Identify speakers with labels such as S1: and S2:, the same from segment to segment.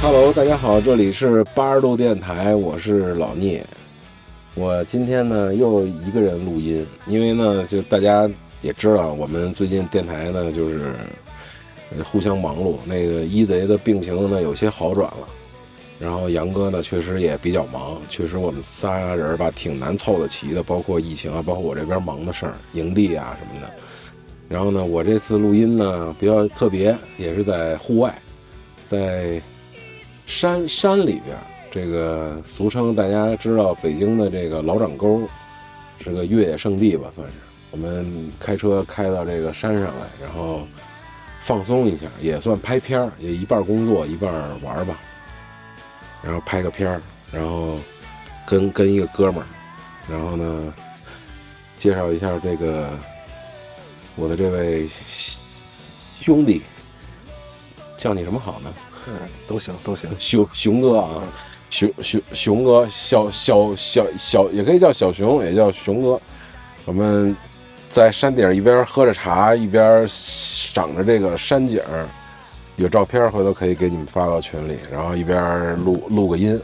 S1: Hello，大家好，这里是八十度电台，我是老聂。我今天呢又一个人录音，因为呢就大家也知道，我们最近电台呢就是呃互相忙碌。那个一贼的病情呢有些好转了，然后杨哥呢确实也比较忙，确实我们仨人吧挺难凑得齐的，包括疫情啊，包括我这边忙的事儿，营地啊什么的。然后呢，我这次录音呢比较特别，也是在户外，在山山里边儿，这个俗称大家知道北京的这个老掌沟，是个越野圣地吧，算是。我们开车开到这个山上来，然后放松一下，也算拍片儿，也一半儿工作一半儿玩儿吧。然后拍个片儿，然后跟跟一个哥们儿，然后呢，介绍一下这个我的这位兄弟，叫你什么好呢？
S2: 嗯，都行都行，嗯
S1: 熊熊哥啊，熊熊熊哥，小小小小也可以叫小熊，也叫熊哥。我们在山顶一边喝着茶，一边赏着这个山景儿，有照片回头可以给你们发到群里，然后一边录录个音，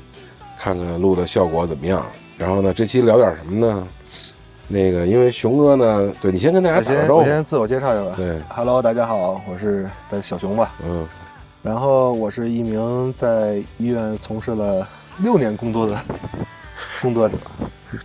S1: 看看录的效果怎么样。然后呢，这期聊点什么呢？那个，因为熊哥呢，对你先跟大家
S2: 我
S1: 打个
S2: 先
S1: 招呼
S2: 我，先自我介绍一下吧。
S1: 对
S2: ，Hello，大家好，我是呃小熊吧。
S1: 嗯，
S2: 然后我是一名在医院从事了六年工作的工作者。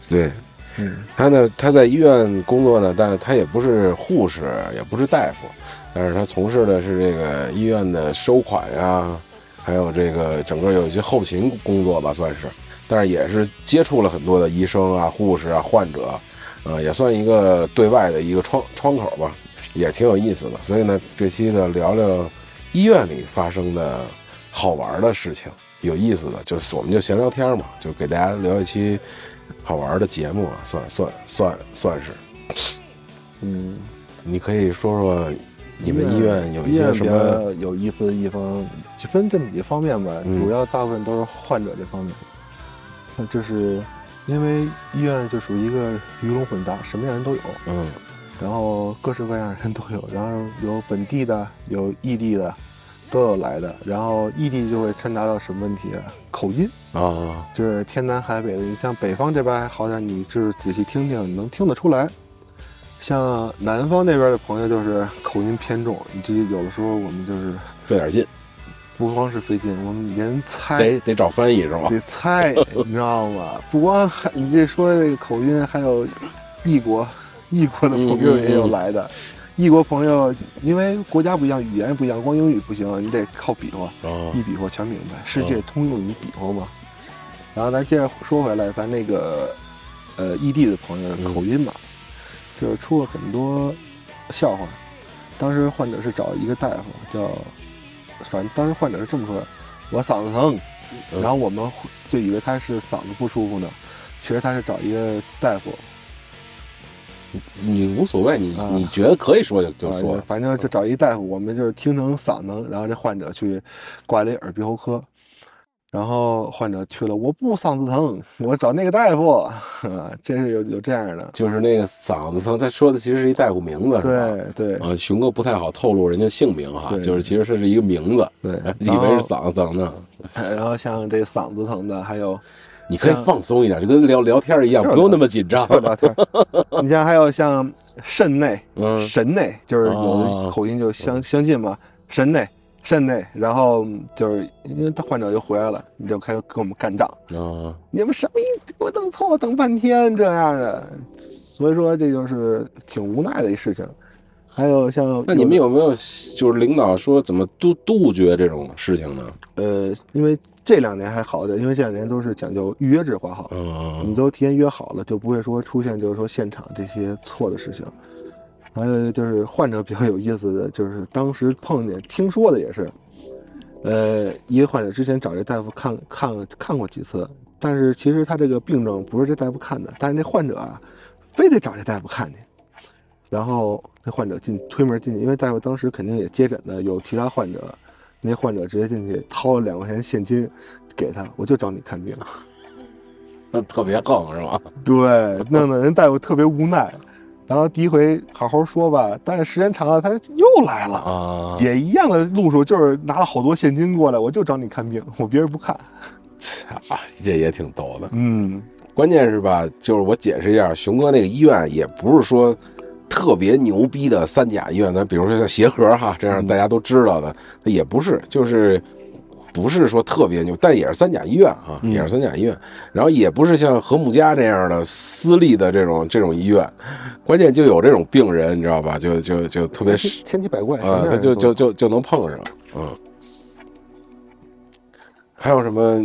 S1: 对，
S2: 嗯，
S1: 他呢，他在医院工作呢，但是他也不是护士，也不是大夫，但是他从事的是这个医院的收款呀、还有这个整个有一些后勤工作吧，算是，但是也是接触了很多的医生啊、护士啊、患者，呃，也算一个对外的一个窗窗口吧，也挺有意思的。所以呢，这期呢聊聊医院里发生的好玩的事情，有意思的，就是我们就闲聊天嘛，就给大家聊一期好玩的节目啊，算算算算是。
S2: 嗯，
S1: 你可以说说你们医院有一些什
S2: 医院
S1: 么？
S2: 比较有意思的地方，就分这么几方面吧，
S1: 嗯
S2: 主要大部分都是患者这方面。那就是因为医院就属于一个鱼龙混杂，什么样人都有。
S1: 嗯
S2: 然后各式各样的人都有，然后有本地的，有异地的，都有来的。然后异地就会掺杂到什么问题啊？口音，
S1: 啊
S2: 就是天南海北的。你像北方这边还好点，你就是仔细听听，你能听得出来。像南方那边的朋友就是口音偏重，你这有的时候我们就是
S1: 费点劲，
S2: 不光是费劲，我们连猜
S1: 得得找翻译是吧？
S2: 得猜， 你知道吗？不光还你这说这个口音，还有异国异国的朋友也有来的。异国朋友，因为国家不一样，语言不一样，光英语不行，你得靠比划，
S1: 啊
S2: 一比划全明白。世界通用，你比划嘛。然后咱接着说回来，咱那个呃异地的朋友
S1: 嗯
S2: 口音嘛，就是出了很多笑话。当时患者是找一个大夫叫，反正当时患者是这么说的：“我嗓子疼。”
S1: 嗯
S2: 然后我们会就以为他是嗓子不舒服呢，其实他是找一个大夫，
S1: 你无所谓，你
S2: 啊
S1: 你觉得可以说就就
S2: 啊
S1: 说。嗯
S2: 反正就找一大夫，我们就是听成嗓子，然后这患者去挂了一耳鼻喉科，然后患者去了，我不嗓子疼，我找那个大夫，啊，这是有有这样的，
S1: 就是那个嗓子疼，他说的其实是一大夫名字，是吧？
S2: 对对
S1: 啊，熊哥不太好透露人家姓名哈，
S2: 对
S1: 就是其实这是一个名字，
S2: 对
S1: 哎，以
S2: 然
S1: 为
S2: 后
S1: 是嗓子疼呢。
S2: 然后像这嗓子疼的，还 有
S1: 你可以放松一点，就跟聊聊天一样，
S2: 就是
S1: 不用那么紧张。
S2: 聊天儿，你像还有像肾内，
S1: 嗯
S2: 神内，就是有
S1: 哦
S2: 的口音就相相近嘛，神内。肾内，然后就是因为他患者就回来了，你就开始跟我们干仗。
S1: 啊，
S2: 你们什么意思？给我弄错，等半天这样的，所以说这就是挺无奈的一事情。还有像
S1: 那你们
S2: 有
S1: 有没有就是领导说怎么杜杜绝这种事情呢？
S2: 呃，因为这两年还好点，因为这两年都是讲究预约制划好，你
S1: 嗯，
S2: 都提前约好了，就不会说出现就是说现场这些错的事情。还有就是患者比较有意思的就是当时碰见听说的也是，呃，一个患者之前找这大夫看看看过几次，但是其实他这个病症不是这大夫看的，但是那患者啊，非得找这大夫看去。然后那患者进推门进去，因为大夫当时肯定也接诊的，有其他患者，那患者直接进去掏了两块钱现金给他，我就找你看病。
S1: 那特别横是吧？
S2: 对，弄得人大夫特别无奈。然后第一回好好说吧，但是时间长了他又来了，
S1: 啊，
S2: 也一样的路数，就是拿了好多现金过来，我就找你看病，我别人不看。
S1: 操，啊这也挺逗的。
S2: 嗯，
S1: 关键是吧，就是我解释一下，熊哥那个医院也不是说特别牛逼的三甲医院，咱比如说像协和哈这样大家都知道的，它也不是，就是不是说特别牛，但也是三甲医院啊，也是三甲医院。然后也不是像和睦家这样的私立的这种这种医院，关键就有这种病人，你知道吧？就就就特别是
S2: 千奇百怪，
S1: 啊
S2: 什，么样
S1: 他
S2: 的
S1: 就
S2: 都
S1: 就就就能碰上，嗯。还有什么？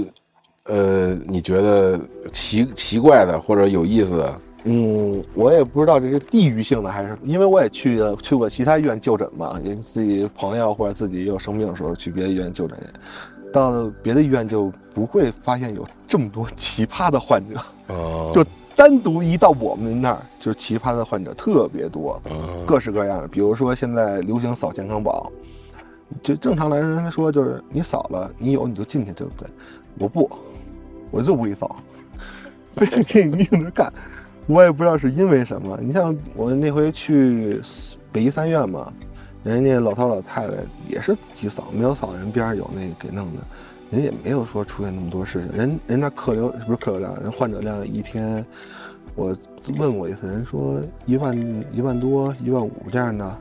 S1: 呃，你觉得奇奇怪的或者有意思的？
S2: 嗯，我也不知道这是地域性的还是，因为我也去了去过其他医院就诊嘛，也自己朋友或者自己有生病的时候去别的医院就诊，到了别的医院就不会发现有这么多奇葩的患者，
S1: 哦
S2: 就单独一到我们那儿就是奇葩的患者特别多，
S1: 嗯
S2: 各式各样的。比如说现在流行扫健康宝，就正常来人说就是你扫了，你有你就进去，对不对？我不，我就不给 扫，非得给你硬着干。我也不知道是因为什么。你像我那回去北医三院嘛，人家老头老太太也是自己扫，没有扫人边上有那给弄的，人家也没有说出现那么多事情。人人那客流不是客流量，人患者量一天，我问过一次，人说一万一万多、一万五这样的，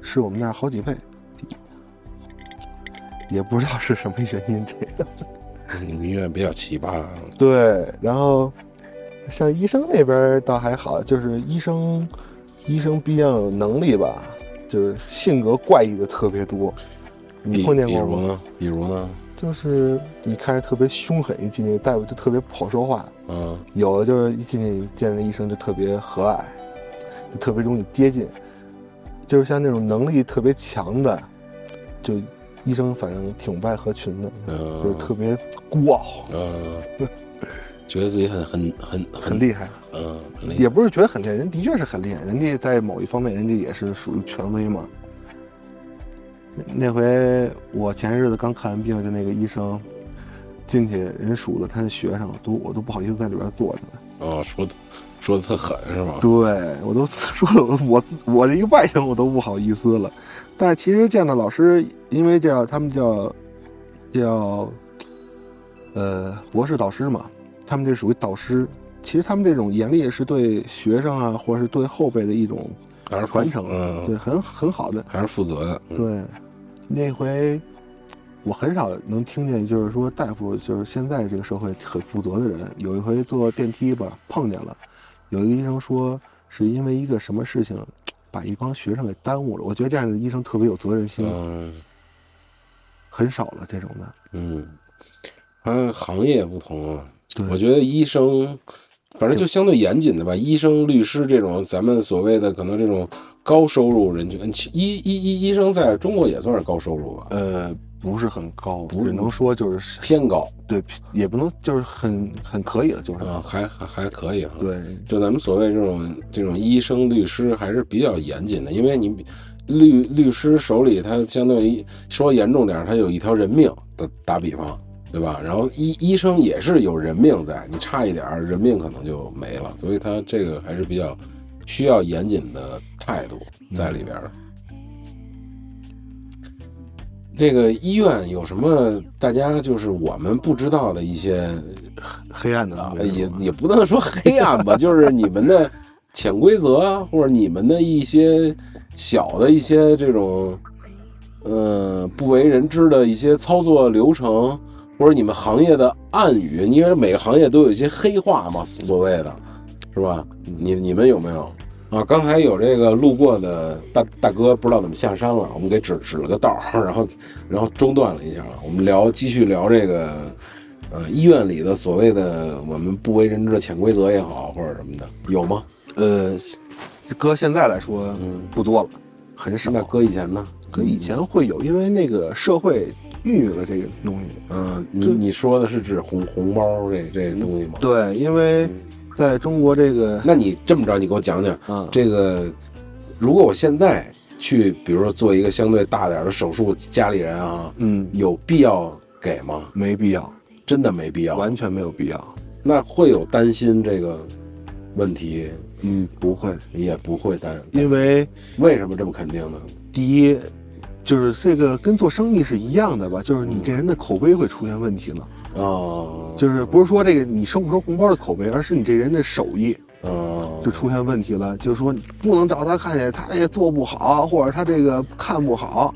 S2: 是我们那儿好几倍。也不知道是什么原因，这个
S1: 你们医院比较奇葩，
S2: 对，然后像医生那边儿倒还好，就是医生，医生毕竟有能力吧，就是性格怪异的特别多。
S1: 比
S2: 你碰见
S1: 比
S2: 过
S1: 如
S2: 吗？
S1: 呢？比如呢？
S2: 就是你看着特别凶狠，一进去大夫就特别不好说话，
S1: 嗯
S2: 有的就是一进去你见着医生就特别和蔼，就特别容易接近，就是像那种能力特别强的，就医生反正挺不爱合群的，就是
S1: 嗯
S2: 特别孤傲，
S1: 嗯，觉得自己很很很
S2: 很
S1: 很
S2: 厉害。
S1: 嗯很厉
S2: 也
S1: 害，
S2: 不是觉得很厉害，人的确是很厉害，人家在某一方面，人家也是属于权威嘛。那回我前日子刚看完病，就那个医生进去，人数了他的学生，都我都不好意思在里边坐着了。
S1: 哦，说的说的特狠是吧？
S2: 对我都说了，我自我这一外人我都不好意思了。但是其实见到老师，因为这样他们叫叫呃博士导师嘛，他们这属于导师。其实他们这种严厉是对学生啊，或者是对后辈的一种
S1: 还是负
S2: 传承，对，
S1: 嗯，
S2: 很很好的。
S1: 还是负责的，嗯
S2: 对，那回我很少能听见，就是说大夫，就是现在这个社会很负责的人。有一回坐电梯吧，碰见了，有一个医生说是因为一个什么事情，把一帮学生给耽误了。我觉得这样的医生特别有责任心，
S1: 嗯。
S2: 很少了这种的。
S1: 嗯，反正行业不同啊。
S2: 对
S1: 我觉得医生，反正就相对严谨的吧。医生、律师这种，咱们所谓的可能这种高收入人群，嗯其医医医医生在中国也算是高收入吧，
S2: 呃，不是很高，
S1: 不
S2: 只能说就是
S1: 偏高
S2: 对，也不能就是很很可以了，就是、
S1: 啊，还还还可以啊。
S2: 对，
S1: 就咱们所谓这种这种医生、律师还是比较严谨的，因为你律律师手里他相对于说严重点儿，他有一条人命，打打比方，对吧？然后医医生也是有人命在，你差一点儿人命可能就没了，所以他这个还是比较需要严谨的态度在里边儿的。这个医院有什么大家就是我们不知道的一些
S2: 黑暗的
S1: 啊，
S2: 那
S1: 也
S2: 种
S1: 也不能说黑暗 吧，就是你们的潜规则啊，或者你们的一些小的一些这种，呃，不为人知的一些操作流程，或者你们行业的暗语，因为每个行业都有一些黑话嘛，所谓的，是吧？你你们有没有？啊，刚才有这个路过的大大哥不知道怎么下山了，我们给指指了个道儿， 然后然后中断了一下，我们聊继续聊这个呃，医院里的所谓的我们不为人知的潜规则也好，或者什么的，有吗？
S2: 呃，搁现在来说
S1: 嗯
S2: 不多了，很少。
S1: 那搁以前呢？
S2: 跟以前会有，因为那个社会孕育了这个东西。
S1: 嗯、你你说的是指红红包这这东西吗？
S2: 对，因为在中国这个，
S1: 那你这么着，你给我讲讲，
S2: 嗯
S1: 这个如果我现在去，比如说做一个相对大点儿的手术，家里人啊，
S2: 嗯，
S1: 有必要给吗？
S2: 没必要，
S1: 真的没必要，
S2: 完全没有必要。
S1: 那会有担心这个问题
S2: 嗯，不会，
S1: 也不会担。
S2: 因为
S1: 为什么这么肯定呢？
S2: 第一，就是这个跟做生意是一样的吧，就是你这人的口碑会出现问题了，
S1: 哦，
S2: 就是不是说这个你收不收红包的口碑，而是你这人的手艺
S1: 哦，
S2: 就出现问题了，就是说你不能照他看见他这个做不好，或者他这个看不好，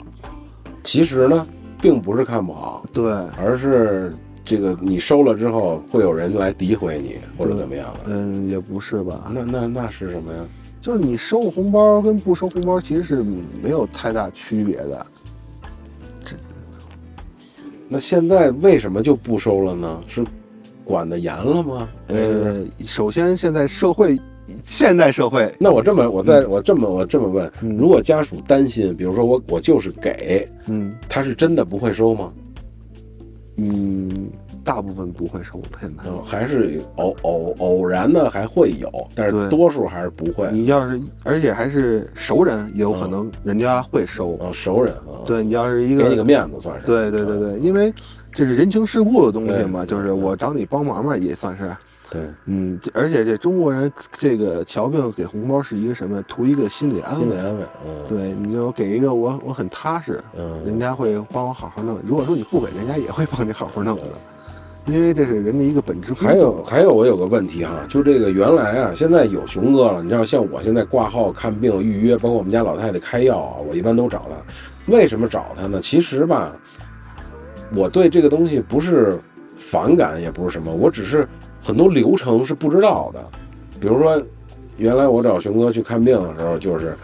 S1: 其实呢，并不是看不好，
S2: 对。
S1: 而是这个你收了之后，会有人来诋毁你或者怎么样的。
S2: 嗯，也不是吧，
S1: 那那那是什么呀？
S2: 就是你收红包跟不收红包其实是没有太大区别的。
S1: 那现在为什么就不收了呢？是管得严了吗？还是，
S2: 呃，首先现在社会，现代社会，
S1: 那我这么，我再我这么我这么问，
S2: 嗯
S1: 如果家属担心，比如说我我就是给，
S2: 嗯
S1: 他是真的不会收吗？
S2: 嗯，大部分不会收现在。
S1: 嗯，还是偶偶偶然的还会有，但是
S2: 对
S1: 多数还是不会。
S2: 你要是，而且还是熟人，也有可能人家会收。
S1: 嗯，熟人啊，，
S2: 对你要是一
S1: 给你个
S2: 个，
S1: 面子算是。
S2: 对对对对，因为这是人情世故的东西嘛，
S1: 对
S2: 就是我找你帮忙嘛，也算是。
S1: 对，
S2: 嗯，这而且这中国人这个瞧病给红包是一个什么？图一个心理安
S1: 心理
S2: 慰。
S1: 安慰，嗯
S2: 对，你就给一个我我很踏实，人
S1: 嗯，
S2: 家会帮我好好弄。如果说你不给，人家也会帮你好好弄的，因为这是人的一个本职工作。
S1: 还有还有，我有个问题哈，就这个原来啊，现在有熊哥了，你知道，像我现在挂号看病预约，包括我们家老太太开药啊，我一般都找他。为什么找他呢？其实吧，我对这个东西不是反感，也不是什么，我只是很多流程是不知道的。比如说，原来我找熊哥去看病的时候，就是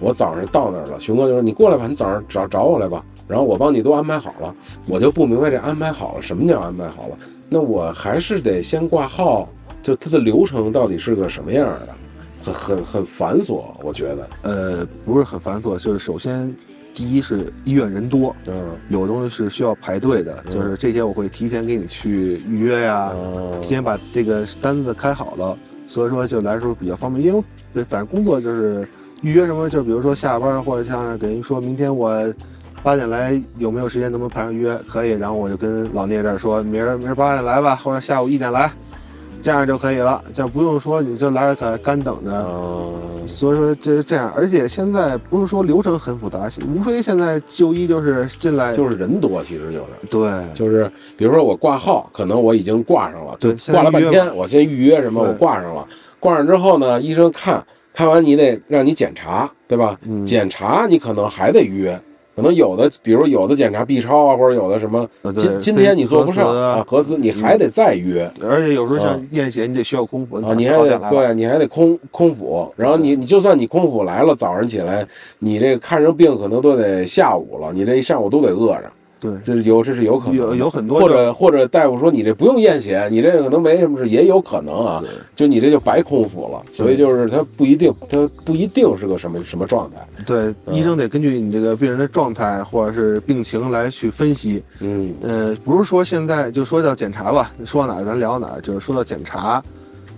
S1: 我早上到那儿了，熊哥就说你过来吧，你早上找找我来吧，然后我帮你都安排好了。我就不明白这安排好了，什么叫安排好了？那我还是得先挂号，就它的流程到底是个什么样的？很很很繁琐，我觉得。
S2: 呃，不是很繁琐，就是首先第一是医院人多，
S1: 嗯，
S2: 有的东西是需要排队的，就是这些我会提前给你去预约呀、提
S1: 嗯
S2: 前把这个单子开好了，所以说就来的时候比较方便。因为对咱工作就是预约什么，就比如说下班或者像是等于说明天我八点来有没有时间，能不能排上约？可以，然后我就跟老聂这儿说，明儿明儿八点来吧，或者下午一点来，这样就可以了，就不用说你就来这可干等着。
S1: 嗯
S2: 所以说这是这样，而且现在不是说流程很复杂，无非现在就医就是进来，
S1: 就是人多，其实就是。
S2: 对
S1: 就是比如说我挂号，可能我已经挂上了，
S2: 对
S1: 就挂了半
S2: 现在预约
S1: 天，我先预约什么，
S2: 对
S1: 我挂上了，挂上之后呢，医生看看完你得让你检查，对吧？
S2: 嗯
S1: 检查你可能还得预约，可能有的，比如有的检查 B 超啊，或者有的什么
S2: 啊，对
S1: 今今天你做不上
S2: 核磁啊
S1: 啊，核磁你还得再约。
S2: 而且有时候
S1: 嗯
S2: 像验血，你得需要空腹，
S1: 啊，你
S2: 早
S1: 还得
S2: 点来了
S1: 对，你还得空空腹，然后
S2: 嗯
S1: 你你就算你空腹来了，早上起来你这看上病可能都得下午了，你这一上午都得饿着，
S2: 对，
S1: 这是有这是有可能的
S2: 有有很多
S1: 或者或者大夫说你这不用验血，你这个可能没什么事，也有可能啊
S2: 对，嗯
S1: 就你这就白空腹了，所以就是它不一定，它不一定是个什么什么状态，
S2: 对，
S1: 嗯
S2: 医生得根据你这个病人的状态或者是病情来去分析。
S1: 嗯
S2: 呃，不是说现在就说到检查吧，说到哪儿咱聊到哪儿，就是说到检查，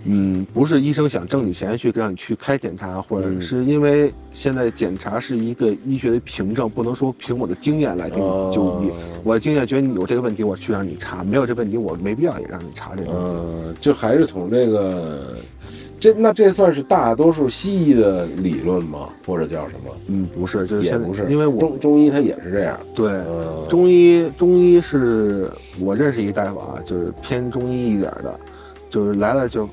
S2: 嗯，不是医生想挣你钱去让你去开检查，或者
S1: 嗯
S2: 是因为现在检查是一个医学的凭证，不能说凭我的经验来给你就医。
S1: 呃
S2: 我的经验觉得你有这个问题，我去让你查；没有这问题，我没必要也让你查这个。
S1: 呃，就还是从这个，这那这算是大多数西医的理论吗？或者叫什么？
S2: 嗯，不是，就是
S1: 也
S2: 现在
S1: 不是，
S2: 因为我
S1: 中中医它也是这样，
S2: 对。
S1: 呃，
S2: 中医中医是我认识一大夫啊，就是偏中医一点儿的，就是来了就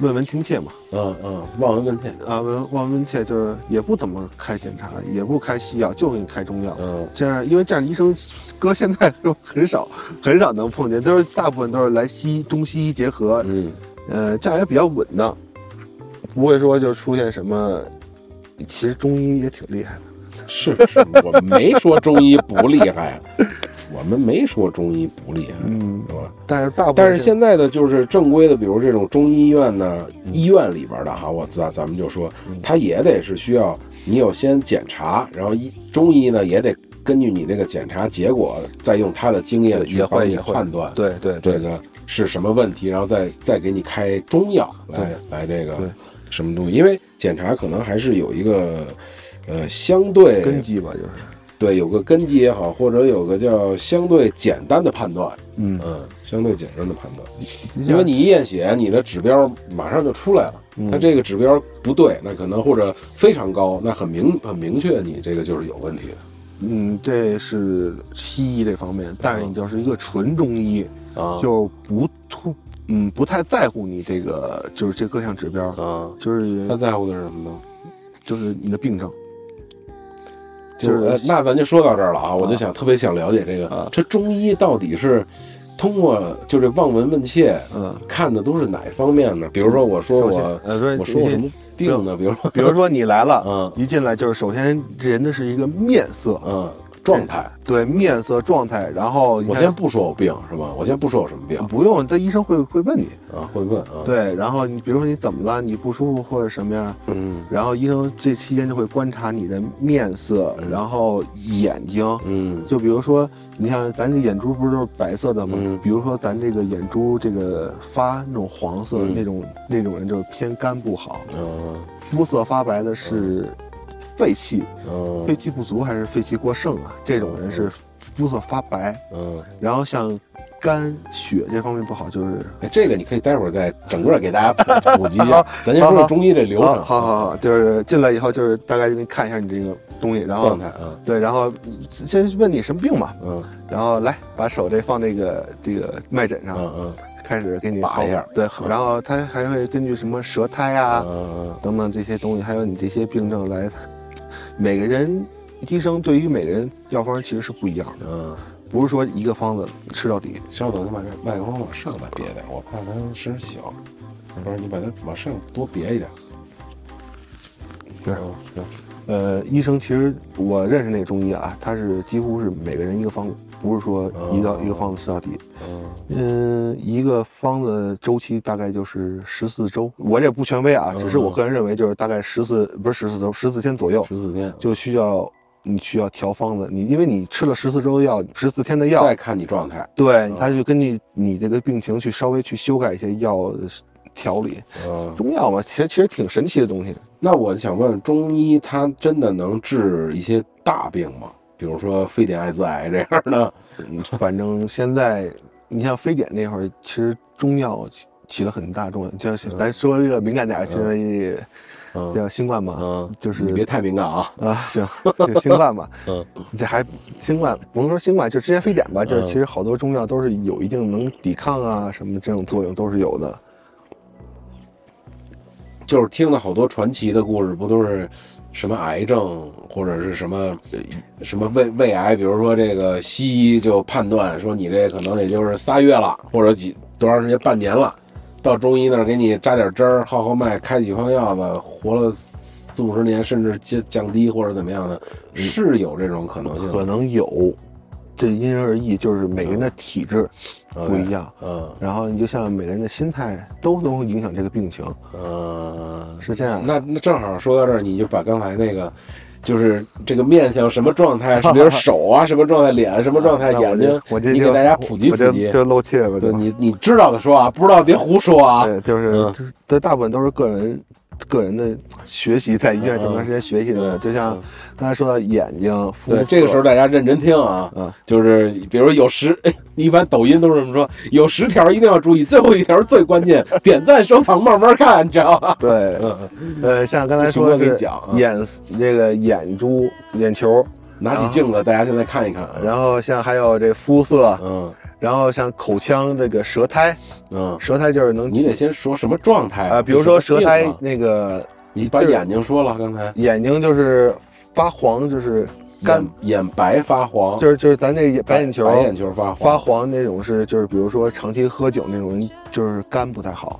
S2: 问问听切嘛，
S1: 嗯嗯，望闻问切，
S2: 啊问望闻切就是也不怎么开检查，也不开西药，就给你开中药。
S1: 嗯
S2: 这样，因为这样医生搁现在说很少很少能碰见，都是大部分都是来西中西医结合，
S1: 嗯
S2: 呃，这样也比较稳当，不会说就出现什么。其实中医也挺厉害的，
S1: 是是，我们没说中医不厉害，啊我们没说中医不厉害，
S2: 嗯，
S1: 对吧？
S2: 但是大部分
S1: 但是现在的就是正规的，比如这种中医院呢，医院里边的哈，我咱咱们就说，它也得是需要你有先检查，然后医中医呢也得根据你这个检查结果，再用他的经验去
S2: 也
S1: 帮
S2: 会
S1: 你
S2: 也会
S1: 判断
S2: 对对对
S1: 这个是什么问题，然后再再给你开中药来来这
S2: 对
S1: 个什么东西，因为检查可能还是有一个呃相对
S2: 根基吧，就是
S1: 对有个根基也好，或者有个叫相对简单的判断，
S2: 嗯，
S1: 嗯，相对简单的判断，因
S2: 像
S1: 为你一验血，你的指标马上就出来了，
S2: 嗯
S1: 它这个指标不对，那可能或者非常高，那很明很明确，你这个就是有问题的
S2: 嗯，这是西医这方面，但是你就是一个纯中医，
S1: 啊
S2: 就不突，嗯，不太在乎你这个就是这各项指标，
S1: 啊，
S2: 就是
S1: 他在乎的是什么呢？
S2: 就是你的病症。
S1: 就是
S2: 就是哎
S1: 呃那咱就说到这儿了啊，我就想特别想了解这个
S2: 啊，
S1: 这中医到底是通过就这望闻问切
S2: 嗯，
S1: 看的都是哪一方面呢？比如说我说我
S2: 呃，所以
S1: 我说我什么病呢？比如说
S2: 比如说你来了，
S1: 嗯
S2: 一进来就是首先人的是一个面色，
S1: 嗯状态，
S2: 对面色状态，然后你
S1: 我
S2: 看
S1: 先不说我病是吧？我先不说我什么病
S2: 不用，这医生会会问你，
S1: 啊，会问啊，
S2: 嗯对，然后你比如说你怎么了，你不舒服或者什么呀，
S1: 嗯
S2: 然后医生这期间就会观察你的面色，然后眼睛，
S1: 嗯
S2: 就比如说，你看咱这眼珠不是都是白色的吗？
S1: 嗯
S2: 比如说咱这个眼珠这个发那种黄色、
S1: 嗯
S2: 那种那种人就是偏肝不好，
S1: 嗯
S2: 肤色发白的是肺气、肺
S1: 嗯
S2: 气不足还是肺气过盛啊？这种人是肤色发白，
S1: 嗯，
S2: 然后像肝血这方面不好就是。
S1: 哎，这个你可以待会儿再整个给大家普及一下
S2: 好，
S1: 咱先说
S2: 好
S1: 说
S2: 好
S1: 中医这流
S2: 啊
S1: 程
S2: 好好好，就是进来以后就是大概给你看一下你这个东西，然后
S1: 状态啊，
S2: 对，然后先问你什么病嘛，
S1: 嗯
S2: 然后来把手这放这个这个脉诊上，
S1: 嗯
S2: 开始给你
S1: 把一下
S2: 对，然后他还会根据什么舌苔啊、
S1: 嗯
S2: 等等这些东西，还有你这些病症来，每个人医生对于每个人药方其实是不一样的，
S1: 嗯。
S2: 不是说一个方子吃到底。
S1: 稍等，你把这麦克风往上再别点，我怕它声小。不是，你把它往上多别一点。
S2: 对
S1: 啊，行，
S2: 呃，医生其实我认识那个中医啊，他是几乎是每个人一个方子，不是说一个、
S1: 哦
S2: 一个方子吃到底。
S1: 嗯
S2: 嗯，一个方子周期大概就是十四周，我这不权威
S1: 嗯
S2: 啊，只是我个人认为就是大概十四不是十四周，十四天左右
S1: 十四天，
S2: 就需要你需要调方子，你因为你吃了十四周药，十四天的药
S1: 再，嗯看你状态。
S2: 对，他就根据你这个病情去稍微去修改一些药的调理，
S1: 嗯，
S2: 中药嘛，其实其实挺神奇的东西。
S1: 那我想问，中医它真的能治一些大病吗？比如说非典、艾滋、癌这样的？
S2: 嗯反正现在你像非典那会儿，其实中药起起了很大作用，就是咱说一个敏感点儿，现在也
S1: 嗯
S2: 叫新冠嘛，
S1: 嗯，
S2: 就是
S1: 你别太敏感啊。
S2: 啊，行，就新冠吧。
S1: 嗯，
S2: 这还新冠，甭说新冠，就之前非典吧，就是
S1: 嗯
S2: 其实好多中药都是有一定能抵抗啊什么这种作用都是有的。
S1: 就是听了好多传奇的故事，不都是什么癌症或者是什么什么胃胃癌？比如说这个西医就判断说你这可能也就是仨月了，或者几多长时间半年了，到中医那儿给你扎点针儿、号号脉、开几方药子，活了四五十年，甚至降降低或者怎么样的，是有这种可能性
S2: 可能有，这因人而异，就是每个人的体质
S1: 嗯
S2: 不一样，
S1: 嗯
S2: 然后你就像每个人的心态都能影响这个病情，
S1: 嗯，
S2: 是这样的。
S1: 那那正好说到这儿，你就把刚才那个，就是这个面相什么状态，是比如 手啊什么状态，脸什么状态，
S2: 啊那我
S1: 眼
S2: 这
S1: 睛，
S2: 我这
S1: 你
S2: 就
S1: 给大家普及普
S2: 我这
S1: 及。
S2: 就露怯吧，
S1: 对
S2: 吧
S1: 你你知道的说啊，不知道别胡说啊。
S2: 对，就是
S1: 嗯
S2: 这这大部分都是个人个人的学习，在医院这么长时间学习的，就像
S1: 嗯
S2: 刚才说到眼睛，肤
S1: 对，这个
S2: 色
S1: 时候大家认真听啊，
S2: 嗯
S1: 就是比如有十，哎一般抖音都是这么说，有十条一定要注意，最后一条最关键，点赞收藏慢慢看，你知道吗？
S2: 对，
S1: 嗯
S2: 呃，像刚才说
S1: 我跟
S2: 是
S1: 你讲啊
S2: 眼这个眼珠、眼球，
S1: 拿起镜子，大家现在看一看啊。
S2: 然后像还有这肤色，
S1: 嗯
S2: 然后像口腔这个舌苔，
S1: 嗯，
S2: 舌苔就是能
S1: 你得先说什么状态
S2: 啊，比如说舌苔
S1: 什么病啊
S2: 那个
S1: 你把眼睛说了，刚才
S2: 眼睛就是发黄，就是干，
S1: 眼眼白发黄，
S2: 就是就是咱这白眼球
S1: 白眼球发黄，
S2: 发黄那种是就是比如说长期喝酒那种人就是肝不太好，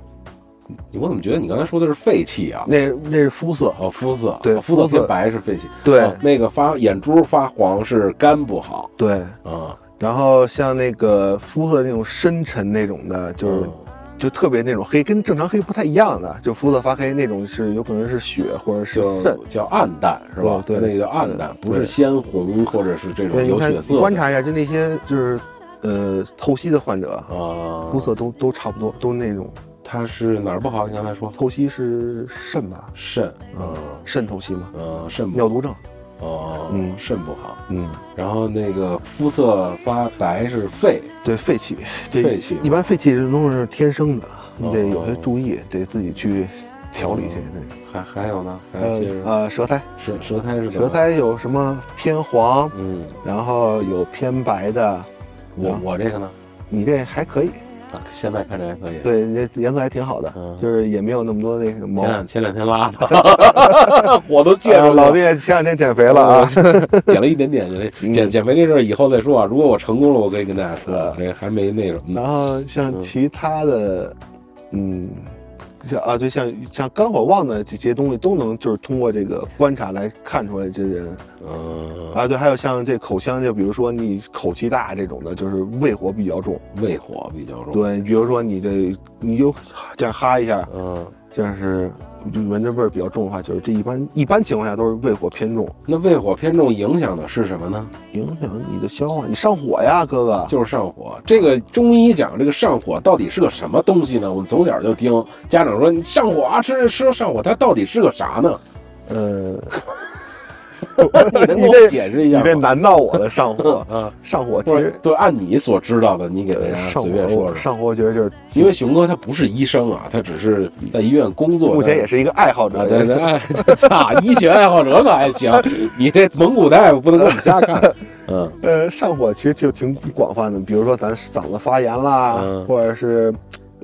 S1: 我怎么觉得你刚才说的是肺气啊？
S2: 那那是肤色，
S1: 哦，肤色，
S2: 对
S1: 哦肤色
S2: 肤色
S1: 偏白是肺气，
S2: 对
S1: 哦那个发眼珠发黄是肝不好
S2: 对。
S1: 啊，
S2: 然后像那个肤色那种深沉那种的，就是
S1: 嗯
S2: 就特别那种黑，跟正常黑不太一样的，就肤色发黑那种是有可能是血或者是
S1: 就
S2: 肾。
S1: 叫暗淡是吧？
S2: 哦对对
S1: 那个叫暗淡，
S2: 对
S1: 不是鲜红或者是这种
S2: 对，你
S1: 有
S2: 看
S1: 血色的
S2: 观察一下，就那些就是呃透析的患者，
S1: 啊，
S2: 肤色都都差不多，都那种
S1: 它是哪儿不好？你刚才说
S2: 透析是肾吧，
S1: 肾，
S2: 嗯
S1: 嗯，
S2: 肾透析嘛，
S1: 嗯，肾不
S2: 尿毒症，
S1: 哦，
S2: 嗯
S1: 肾不好。
S2: 嗯，
S1: 然后那个肤色发白是肺，
S2: 对，肺气，这
S1: 肺气
S2: 一般肺气这都是天生的，你得有
S1: 哦
S2: 些注意，得自己去调理去。对，
S1: 还还有呢？还有接
S2: 呃
S1: 着
S2: 呃，舌苔，
S1: 舌舌苔是怎么
S2: 舌，苔有什么偏黄，
S1: 嗯，
S2: 然后有偏白的，
S1: 我
S2: 啊
S1: 我这个呢，
S2: 你这还可以，
S1: 啊现在看着还可以。，
S2: 对，你这颜色还挺好的，
S1: 嗯
S2: 就是也没有那么多那个毛
S1: 前。两前两天拉的， 我都借
S2: 啊
S1: 着
S2: 老弟嗯前两天减肥了啊，
S1: 嗯减了一点点，减减减肥这事儿以后再说啊。如果我成功了，我可以跟大家
S2: 嗯
S1: 说，啊这还没那什么呢。
S2: 然后像
S1: 嗯
S2: 其他的，嗯，像啊，对，像像肝火旺的这些东西都能就是通过这个观察来看出来这人
S1: 嗯，
S2: 啊，对，还有像这口腔，就比如说你口气大这种的，就是胃火比较重，
S1: 胃火比较重。
S2: 对，比如说你这你就这样哈一下，
S1: 嗯，
S2: 就是就闻着味儿比较重的话，就是这一般一般情况下都是胃火偏重，
S1: 那胃火偏重影响的是什么呢？
S2: 影响你的消化，你上火呀，哥哥。
S1: 就是上火。这个中医讲这个上火到底是个什么东西呢？我们从小就听家长说你上火啊，吃吃上火，它到底是个啥呢？
S2: 呃，
S1: 你能给
S2: 你这
S1: 我解释一
S2: 你
S1: 下
S2: 这
S1: 吗？，
S2: 难到我了，上火
S1: 啊，
S2: 上火其
S1: 或者
S2: 实。
S1: 对，按你所知道的，你给大
S2: 呃，
S1: 家
S2: 上
S1: 随便
S2: 火
S1: 说
S2: 我
S1: 说。
S2: 上火我觉得就是
S1: 因为熊哥他不是医生啊，他只是在医院工作。
S2: 目前也
S1: 是
S2: 是一个爱好
S1: 啊，
S2: 者。
S1: 对对，哎， 操，医学爱好者可还行，你这蒙古大夫不能给我们瞎 看。嗯
S2: 呃，上火其实就挺广泛的，比如说咱嗓子发炎啦，
S1: 嗯
S2: 或者是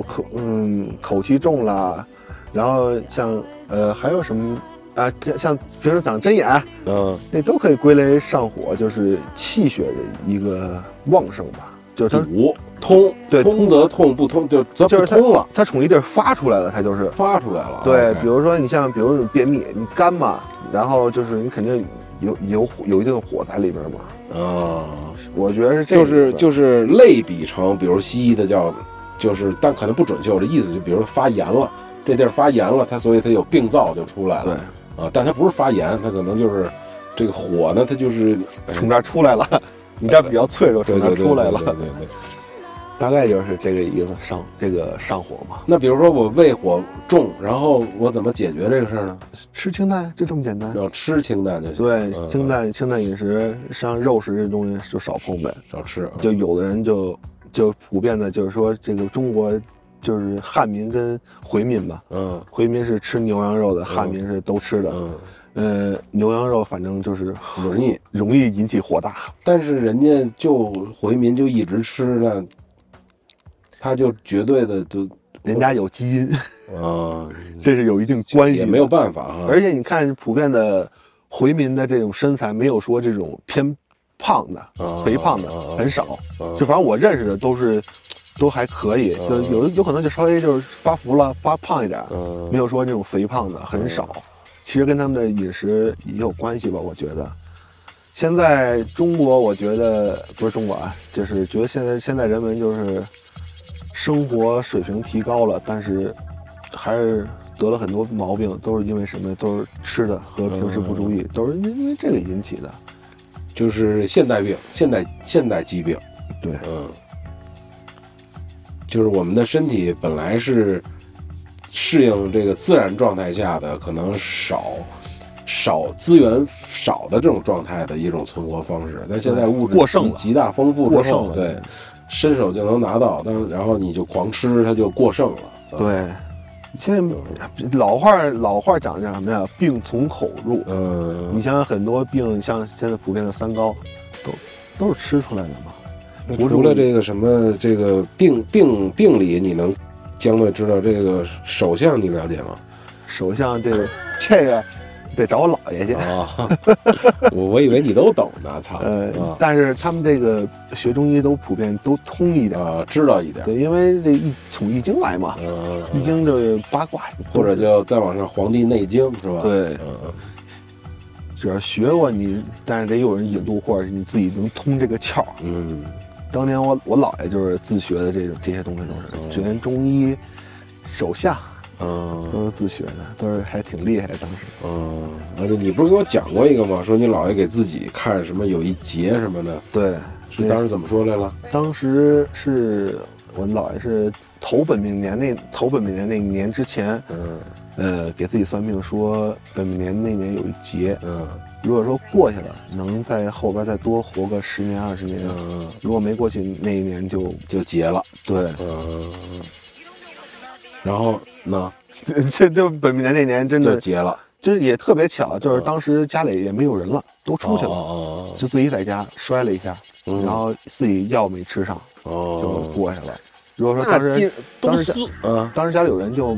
S2: 口嗯口气重啦，然后像呃还有什么啊，像像平时长针眼，
S1: 嗯，
S2: 那都可以归类上火，就是气血的一个旺盛吧，就是它
S1: 堵通，
S2: 对
S1: 通则痛，不通就则
S2: 就
S1: 不
S2: 是它
S1: 通了，
S2: 它从一地儿发出来了，它就是。
S1: 发出来了。
S2: 对，
S1: 哎
S2: 比如说你像，比如你便秘，你干嘛，然后就是你肯定有有火有一定的火在里边嘛，
S1: 啊，
S2: 我觉得是这
S1: 就
S2: 个意思，
S1: 是就是类比成，比如西医的叫，就是但可能不准确，我的意思就比如说发炎了，这地儿发炎了，它所以它有病灶就出来
S2: 对
S1: 了，啊，但它不是发炎，它可能就是这个火呢，它就是哎
S2: 从这儿出来 了，你这儿比较脆弱，
S1: 对
S2: 从
S1: 对
S2: 这儿
S1: 对
S2: 出来
S1: 对对
S2: 了，
S1: 对对。
S2: 大概就是这个意思，上这个上火嘛，
S1: 那比如说我胃火重，然后我怎么解决这个事儿呢？
S2: 吃清淡就这么简单。
S1: 要吃清淡就行，
S2: 对，
S1: 嗯
S2: 清淡清淡饮食，像肉食这东西就少碰呗。
S1: 少吃。啊
S2: 就有的人就就普遍的，就是说这个中国就是汉民跟回民吧，
S1: 嗯
S2: 回民是吃牛羊肉的，汉民是都吃的。
S1: 嗯，
S2: 呃，牛羊肉反正就是
S1: 容易。
S2: 容易引起火大，
S1: 但是人家就回民就一直吃，那他就绝对的就
S2: 人家有基因，
S1: 啊，
S2: 这是有一定关系
S1: 也
S2: 的。
S1: 没有办法啊。
S2: 而且你看，普遍的回民的这种身材，没有说这种偏胖的、肥胖的
S1: 啊啊啊啊
S2: 很少。
S1: 嗯
S2: 就反正我认识的都是，都还可以，就有的有可能就稍微就是发福了、发胖一点，
S1: 嗯
S2: 没有说这种肥胖的很
S1: 啊
S2: 少。其实跟他们的饮食也有关系吧，我觉得。现在中国，我觉得不是中国啊，就是觉得现在现在人们就是生活水平提高了，但是还是得了很多毛病，都是因为什么？都是吃的和平时不注
S1: 嗯
S2: 意，都是因为这个引起的。
S1: 就是现代病，现代现代疾病，
S2: 对，
S1: 嗯，就是我们的身体本来是适应这个自然状态下的可能少少资源少的这种状态的一种存活方式，但现在物质
S2: 嗯过剩了
S1: 极大丰富
S2: 过
S1: 之
S2: 剩
S1: 后，
S2: 了
S1: 对，伸手就能拿到，但然后你就狂吃，它就过剩了。嗯
S2: 对，现在老话儿老话儿讲叫什么呀？病从口入。你
S1: 嗯，
S2: 像很多病，像现在普遍的三高，都都是吃出来的嘛。不
S1: 嗯除了这个什么这个病病病理，你能将会知道这个首相你了解吗？
S2: 首相这个这个得找我姥爷去。
S1: 啊， 我我以为你都懂呢，操，
S2: 呃，
S1: 啊
S2: 但是他们这个学中医都普遍都通一点，
S1: 啊，知道一点，
S2: 对，因为这易从易经来嘛，
S1: 嗯，
S2: 易经就是八卦，
S1: 或者就再往上《黄帝内经》是吧？，
S2: 对，
S1: 嗯，
S2: 只要学过你，但是得有人引路，或者是你自己能通这个窍。
S1: 嗯，
S2: 当年我我姥爷就是自学的这种这些东西都是，学完中医，手下
S1: 嗯，
S2: 都是自学的，都是还挺厉害的当时。
S1: 嗯，而且你不是给我讲过一个吗？说你姥爷给自己看什么有一节什么的，
S2: 对，
S1: 是当时怎么说来了？
S2: 当时是我姥爷是头本命年那头本命年那年之前，
S1: 嗯
S2: 呃，给自己算命说本命年那年有一劫，
S1: 嗯
S2: 如果说过去了，能在后边再多活个十年二十年，
S1: 嗯，
S2: 如果没过去那一年就
S1: 就结了，
S2: 对，
S1: 嗯，然后呢
S2: 这这这本命年那年真
S1: 就
S2: 的
S1: 结了，
S2: 就是也特别巧，就是当时家里也没有人了，都出去了，
S1: 嗯哦
S2: 就自己在家摔了一下，
S1: 嗯
S2: 然后自己药没吃上
S1: 哦
S2: 就
S1: 哦，
S2: 过去了。如果说
S1: 那
S2: 当时
S1: 今都
S2: 当时
S1: 算啊，
S2: 当时家里有人就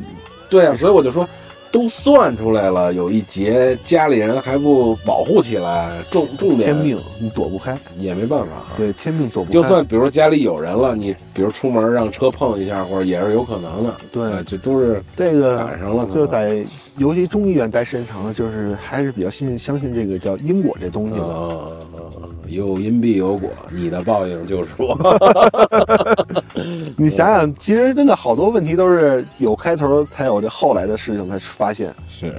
S1: 对啊，所以我就说。都算出来了，有一劫，家里人还不保护起来，重重点
S2: 天命，你躲不开，
S1: 也没办法。
S2: 对，天命躲不开。
S1: 啊就算比如家里有人了，你比如出门让车碰一下，或者也是有可能的。
S2: 对
S1: 呃这都是
S2: 这个
S1: 赶上了可能
S2: 就在尤其中医院待时间长了，就是还是比较信相信这个叫因果这东西的。
S1: 呃，有因必有果，你的报应就是我。
S2: 你想想，其实真的好多问题都是有开头才有这后来的事情才发现。
S1: 是，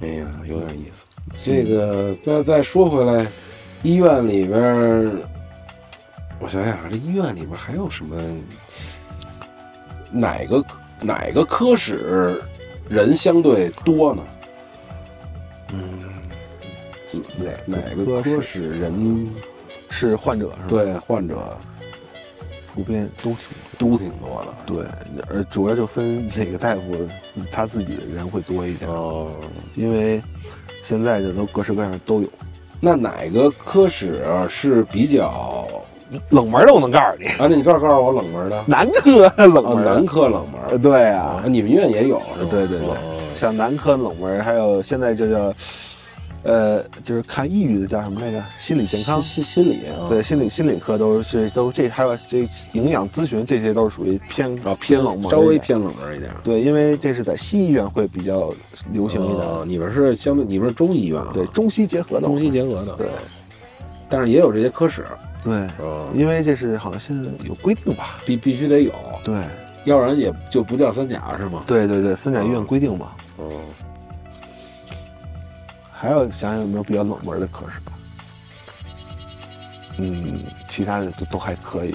S1: 哎呀，有点意思。这个再再说回来，医院里边儿，我想想啊，这医院里边儿还有什么？哪个哪个科室人相对多呢？
S2: 哪
S1: 哪个科室嗯人
S2: 是患者是吧？
S1: 对患者
S2: 普遍都挺
S1: 都挺多的？
S2: 对，呃，主要就分哪个大夫他自己的人会多一点，
S1: 哦，
S2: 因为现在这都各式各样的都有，
S1: 那哪个科室是比较
S2: 冷门的我能告诉你，
S1: 啊？那你告诉告诉我冷门的
S2: 男科冷
S1: 啊，
S2: 门
S1: 男
S2: 的，
S1: 科冷门
S2: 呃对
S1: 啊
S2: 啊，，
S1: 你们医院也有是吧？
S2: 对对对
S1: 哦
S2: 像男科冷门，还有现在就叫，呃，就是看抑郁的叫什么来着？心理健康。
S1: 心心心理啊，
S2: 对，心理心理科都是都这还有这营养咨询这些都是属于偏
S1: 啊
S2: 偏冷门，
S1: 稍微。偏冷门一点。
S2: 对，因为这是在西医院会比较流行一点，
S1: 哦你们是相对你们是中医院啊？
S2: 对，中西结合的。
S1: 中西结合的，
S2: 对
S1: 但是也有这些科室，
S2: 对，
S1: 嗯，
S2: 因为这是好像现在有规定吧？
S1: 必必须得有，
S2: 对
S1: 要不然也就不叫三甲是吗？
S2: 对对对，三甲医院规定嘛。
S1: 哦，
S2: 还有想想有没有比较冷门的科室吧？嗯，其他的都都还可以，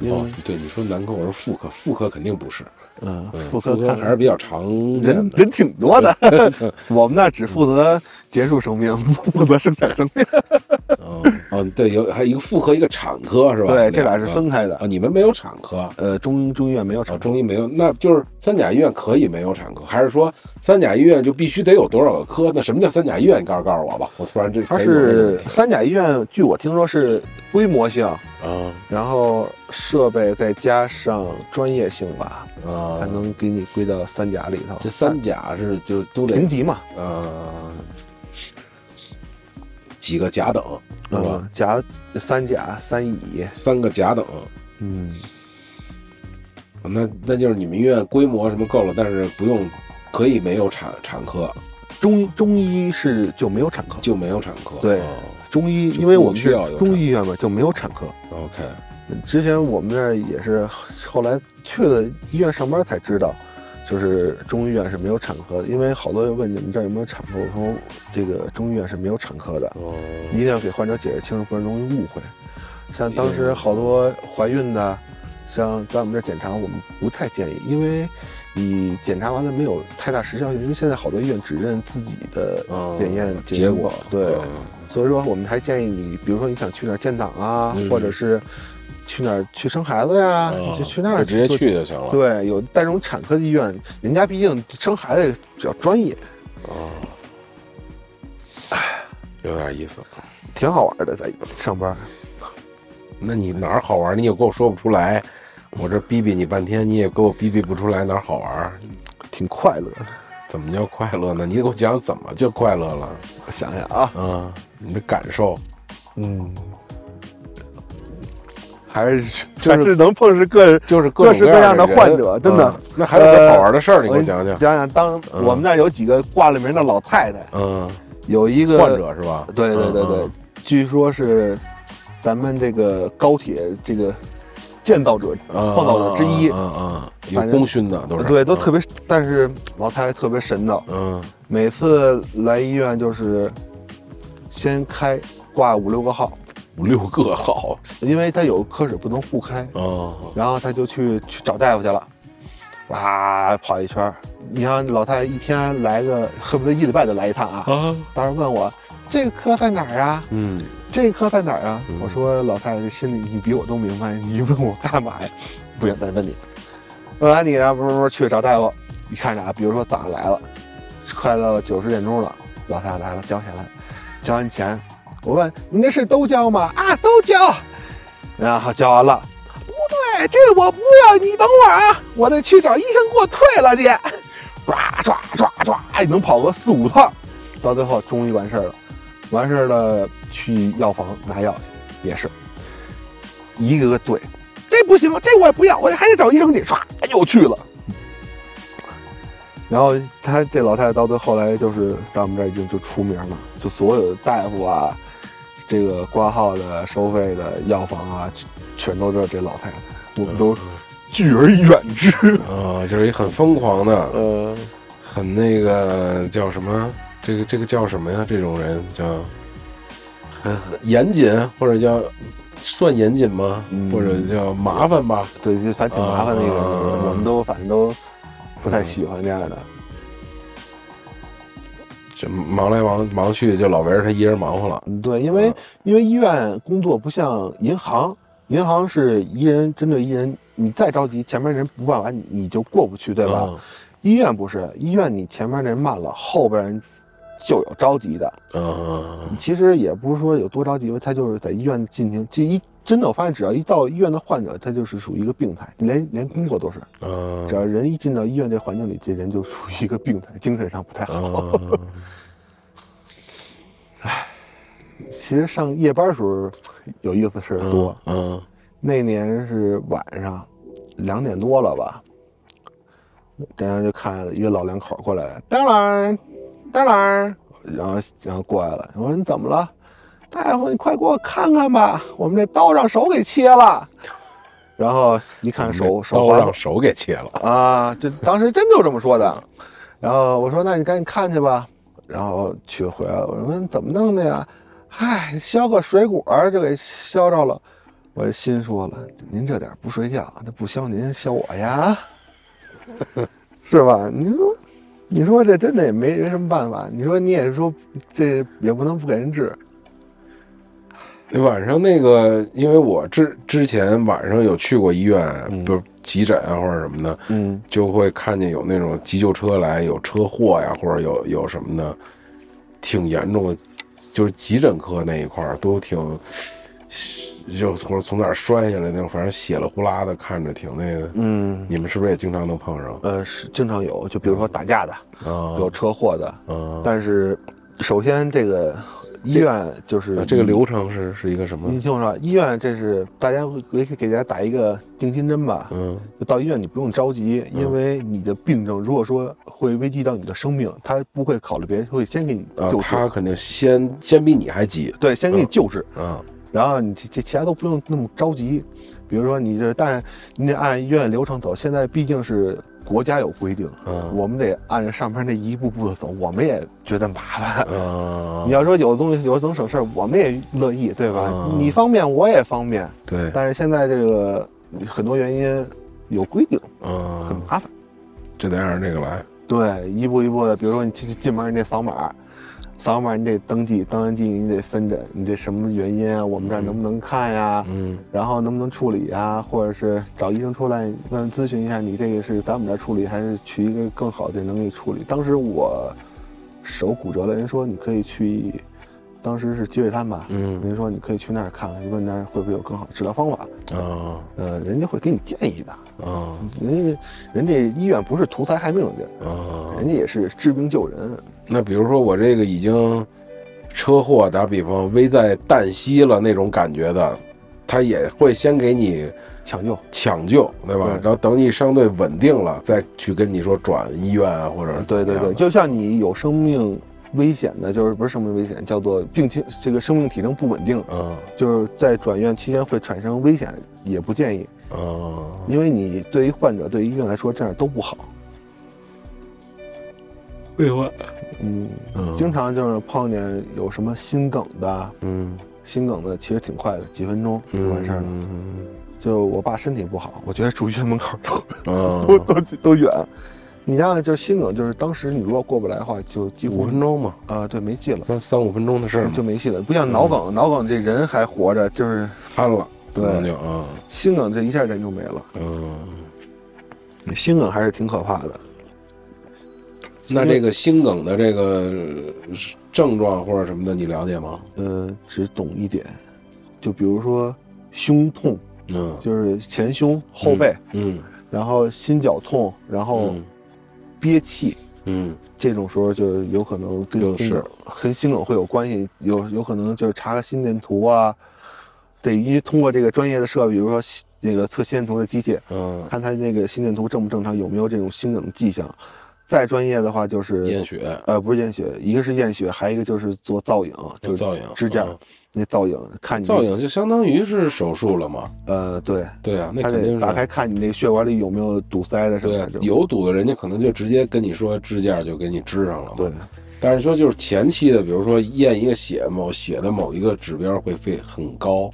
S2: 因
S1: 哦
S2: 为，
S1: 对，你说男科，我说妇科，妇科肯定不是，
S2: 嗯
S1: 嗯，
S2: 妇科看
S1: 还是比较常见
S2: 人
S1: 的。
S2: 人挺多的， 我们那只负责结束生命，不负责生产生命。
S1: 嗯，哦，对，有还有一个妇科，一个产科是吧？
S2: 对，这俩是分开
S1: 啊，
S2: 的。
S1: 你们没有产科。
S2: 呃，中中医院没有
S1: 啊，
S2: 产
S1: 中医没有，那就是三甲医院可以没有产科，还是说三甲医院就必须得有多少个科？那什么叫三甲医院？你告诉告诉我吧，我突然这
S2: 它
S1: 开始有这个问
S2: 是
S1: 题
S2: 三甲医院，据我听说是规模性，
S1: 啊
S2: 然后设备再加上专业性吧，才
S1: 啊，
S2: 能给你归到三甲里头。
S1: 这三甲是就都得
S2: 评级嘛，
S1: 呃几个甲等是吧？
S2: 嗯，甲三甲三乙，
S1: 三个甲等，
S2: 嗯，
S1: 那那就是你们医院规模什么够了，但是不用可以没有产产科，
S2: 中中医是就没有产科，
S1: 就没有产科。
S2: 对
S1: 哦
S2: 中医
S1: 就
S2: 因为我
S1: 不
S2: 们
S1: 需
S2: 是
S1: 要有
S2: 中
S1: 产
S2: 医院嘛就没有产科。
S1: OK，
S2: 之前我们那儿也是，后来去了医院上班才知道，就是中医院是没有产科的，因为好多人问你们这儿有没有产科，我说这个中医院是没有产科的，
S1: 哦，
S2: 一定要给患者解释清楚，不然容易误会。像当时好多怀孕的，像在我们这儿检查，我们不太建议，因为你检查完了没有太大时效性，因为现在好多医院只认自己的
S1: 哦
S2: 检验
S1: 结果
S2: 对。
S1: 嗯
S2: 所以说，我们还建议你，比如说你想去哪儿建档啊，
S1: 嗯
S2: 或者是去哪儿去生孩子呀，
S1: 嗯
S2: 你就去那儿
S1: 就直接
S2: 做。
S1: 去就行了。
S2: 对，有带这种产科的医院，人家毕竟生孩子也比较专业，
S1: 哦，有点意思。
S2: 挺好玩的，在上班。
S1: 那你哪儿好玩？你也给我说不出来，我这逼逼你半天，你也给我逼逼不出来哪儿好玩。
S2: 挺快乐的。
S1: 怎么叫快乐呢？你得给我讲怎么就快乐了
S2: 我想想啊，
S1: 啊？你的感受，
S2: 嗯，还是
S1: 就是
S2: 还是能碰是个
S1: 就是
S2: 各
S1: 种
S2: 式各
S1: 样
S2: 样的
S1: 人
S2: 患者真的呃
S1: 嗯那还有个好玩的事儿，你给
S2: 我
S1: 我讲讲
S2: 想。想，当
S1: 嗯
S2: 我们那儿有几个挂了名的老太太，
S1: 嗯，
S2: 有一个
S1: 患，者是吧？
S2: 对对对对
S1: 嗯，，
S2: 据说是咱们这个高铁这个建造者
S1: 嗯
S2: 创造者之一，
S1: 嗯嗯，嗯有
S2: 反正
S1: 功勋的都是。
S2: 对，都
S1: 嗯
S2: 特别，但是老太太特别神的，
S1: 嗯
S2: 每次来医院就是先开挂五六个号，
S1: 五六个好。
S2: 因为她有科室不能互开，
S1: 哦
S2: 然后他就去去找大夫去了。哇跑一圈儿。你像老太太一天来个，恨不得一礼拜就来一趟啊。
S1: 啊，
S2: 当时问我这个科在哪儿啊？
S1: 嗯，
S2: 这科在哪儿啊
S1: 嗯？
S2: 我说老太太心里你比我都明白，你问我干嘛呀？不行，再问你。问完你呢，不不不去找大夫，一看着啊，比如说早上来了，快到九十点钟了，老太太来了，交钱了，交完钱，我问你那是都交吗？啊，都交。然后交完了，不对，这我不要，你等会儿啊，我得去找医生给我退了 去。唰唰唰唰，你能跑个四五趟，到最后终于完事儿了。完事儿了，去药房拿药去，也是一个个对，这不行，这我也不要，我还得找医生去，唰又去了。然后他这老太太到最后来就是在我们这儿已经就出名了，就所有的大夫啊，这个挂号的、收费的药房啊，全都知道这老太太，我们都拒而远之。
S1: 啊，就是一很疯狂的，
S2: 呃，
S1: 很那个叫什么？这个这个叫什么呀？这种人叫很很严谨，或者叫算严谨吗？
S2: 嗯
S1: 或者叫麻烦吧？
S2: 对，就反正挺麻烦的一个人，
S1: 啊
S2: 我们都反正都不太喜欢这样的。
S1: 这忙来忙忙去，就老围着他一人忙活了。
S2: 嗯，对，因为、
S1: 啊
S2: 因为医院工作不像银行，银行是一人针对一人，你再着急，前面人不办完你你就过不去，对吧？
S1: 嗯
S2: 医院不是，医院你前面人慢了，后边人就有着急的。
S1: 嗯？嗯，
S2: 其实也不是说有多着急吧，他就是在医院进行，就一真的我发现，只要一到医院的患者，他就是属于一个病态，连连工作都是，
S1: 嗯
S2: 只要人一进到医院这环境里，这人就属于一个病态，精神上不太好。
S1: 嗯，
S2: 其实上夜班时候有意思的事儿 多。
S1: 嗯，
S2: 那年是晚上两点多了吧，然后就看一个老两口过来，当然，当然，然后然后过来了，我说你怎么了？大夫，你快给我看看吧，我们这刀让手给切了。 然后一看手手
S1: 刀
S2: 划
S1: 让手给切了。
S2: 啊，这当时真就这么说的。然后我说：“那你赶紧看去吧。”然后去回来，我说：“怎么弄的呀？”嗨，削个水果儿就给削着了。我心说了：“您这点儿不睡觉，那不削您削我呀， 是吧？”你说，你说这真的也没没什么办法。你说你也说这也不能不给人治，
S1: 晚上那个，因为我之之前晚上有去过医院，
S2: 嗯
S1: 比如急诊啊或者什么的，
S2: 嗯
S1: 就会看见有那种急救车来，有车祸呀，或者有有什么的，挺严重的，就是急诊科那一块儿都挺，就从从哪儿摔下来那种，反正血了呼啦的，看着挺那个。
S2: 嗯，
S1: 你们是不是也经常能碰上？
S2: 呃，是经常有，就比如说打架的，
S1: 啊，
S2: 有车祸的，
S1: 啊，
S2: 但是，首先这个医院就是嗯
S1: 啊这个，流程是是一个什
S2: 你
S1: 么？
S2: 听我说，医院这是大家会给给大家打一个定心针吧。
S1: 嗯
S2: 就到医院你不用着急，因为你的病症如果说会危及到你的生命，他不会考虑别人，会先给你
S1: 啊
S2: 救，
S1: 他
S2: 治。
S1: 肯定先先比你还急
S2: 对，先给你救治，
S1: 啊。
S2: 然后你这这其他都不用那么着急。比如说你这，但你得按医院流程走。现在毕竟是国家有规定，
S1: 嗯
S2: 我们得按着上面那一步步的走，我们也觉得麻烦。
S1: 啊
S2: 你，要说有的东西有的能省事儿，我们也乐意，对吧？
S1: 嗯
S2: 你方便我也方便，
S1: 对，
S2: 但是现在这个很多原因有规定，很
S1: 嗯，
S2: 麻烦。
S1: 就得按照这个来。
S2: 对，一步一步的，比如说你进进门你得扫码，扫码你得登记，登完记你得分诊，你这什么原因啊？我们这儿能不能看呀、
S1: 嗯
S2: 然后能不能处理啊？或者是找医生出来问问咨询一下，你这个是在我们这儿处理，还是去一个更好的能给你处理？当时我手骨折了，人说你可以去，当时是积水滩吧，
S1: 嗯
S2: 人说你可以去那儿看看，问那儿会不会有更好的治疗方法。
S1: 啊
S2: 呃，人家会给你建议的。
S1: 啊
S2: 人家人家医院不是图财害命的地儿，
S1: 啊！
S2: 人家也是治病救人。
S1: 那比如说我这个已经车祸，打比方危在旦夕了那种感觉的，他也会先给你
S2: 抢救，
S1: 抢救，对吧？
S2: 对
S1: 然后等你相对稳定了，再去跟你说转医院啊，或者
S2: 对对对，就像你有生命危险的，就是不是生命危险，叫做病情，这个生命体征不稳定，
S1: 啊
S2: 就是在转院期间会产生危险，也不建议，
S1: 啊
S2: 因为你对于患者对于医院来说这样都不好。
S1: 废话，
S2: 嗯，
S1: 嗯
S2: 经常就是碰见有什么心梗的，
S1: 嗯
S2: 心梗的其实挺快的，几分钟就
S1: 嗯
S2: 完事儿了。
S1: 嗯
S2: 就我爸身体不好，我觉得住医院门口都
S1: 啊
S2: 都都都远。你想想，就是新梗，就是当时你如果过不来的话，就几乎
S1: 五分钟嘛，
S2: 啊，对，没戏了，
S1: 三三五分钟的事儿
S2: 就
S1: 嘛，
S2: 没戏了。不像脑
S1: 嗯
S2: 梗，脑梗这人还活着，就是
S1: 瘫了，
S2: 对
S1: 可能就啊，
S2: 心梗这一下人就没了。
S1: 嗯，
S2: 心啊梗还是挺可怕的。
S1: 那这个心梗的这个呃症状或者什么的，你了解吗？
S2: 呃，只懂一点，就比如说胸痛，
S1: 嗯
S2: 就是前胸、后背，
S1: 嗯
S2: 然后心绞痛，然后
S1: 嗯
S2: 憋气，
S1: 嗯
S2: 这种时候就有可能跟
S1: 有
S2: 心
S1: 事
S2: 梗跟心梗会有关系，有有可能就是查个心电图啊，得因为通过这个专业的设备，比如说心那个测心电图的机械，
S1: 嗯，
S2: 看它那个心电图正不正常，有没有这种心梗的迹象。再专业的话就是
S1: 验血、
S2: 呃，不是验血，一个是验血，还有一个就是做造影，就是
S1: 造影
S2: 支架，
S1: 嗯
S2: 那造影看你
S1: 造影就相当于是手术了嘛？
S2: 呃，对，
S1: 对啊，那
S2: 他
S1: 肯定
S2: 得
S1: 是
S2: 打开看你那个血管里有没有堵塞的什么
S1: 对
S2: 的
S1: 啊
S2: 这，种。
S1: 有堵的人家可能就直接跟你说支架就给你支上了嘛。
S2: 对，
S1: 但是说就是前期的，比如说验一个血某血的某一个指标会费很高，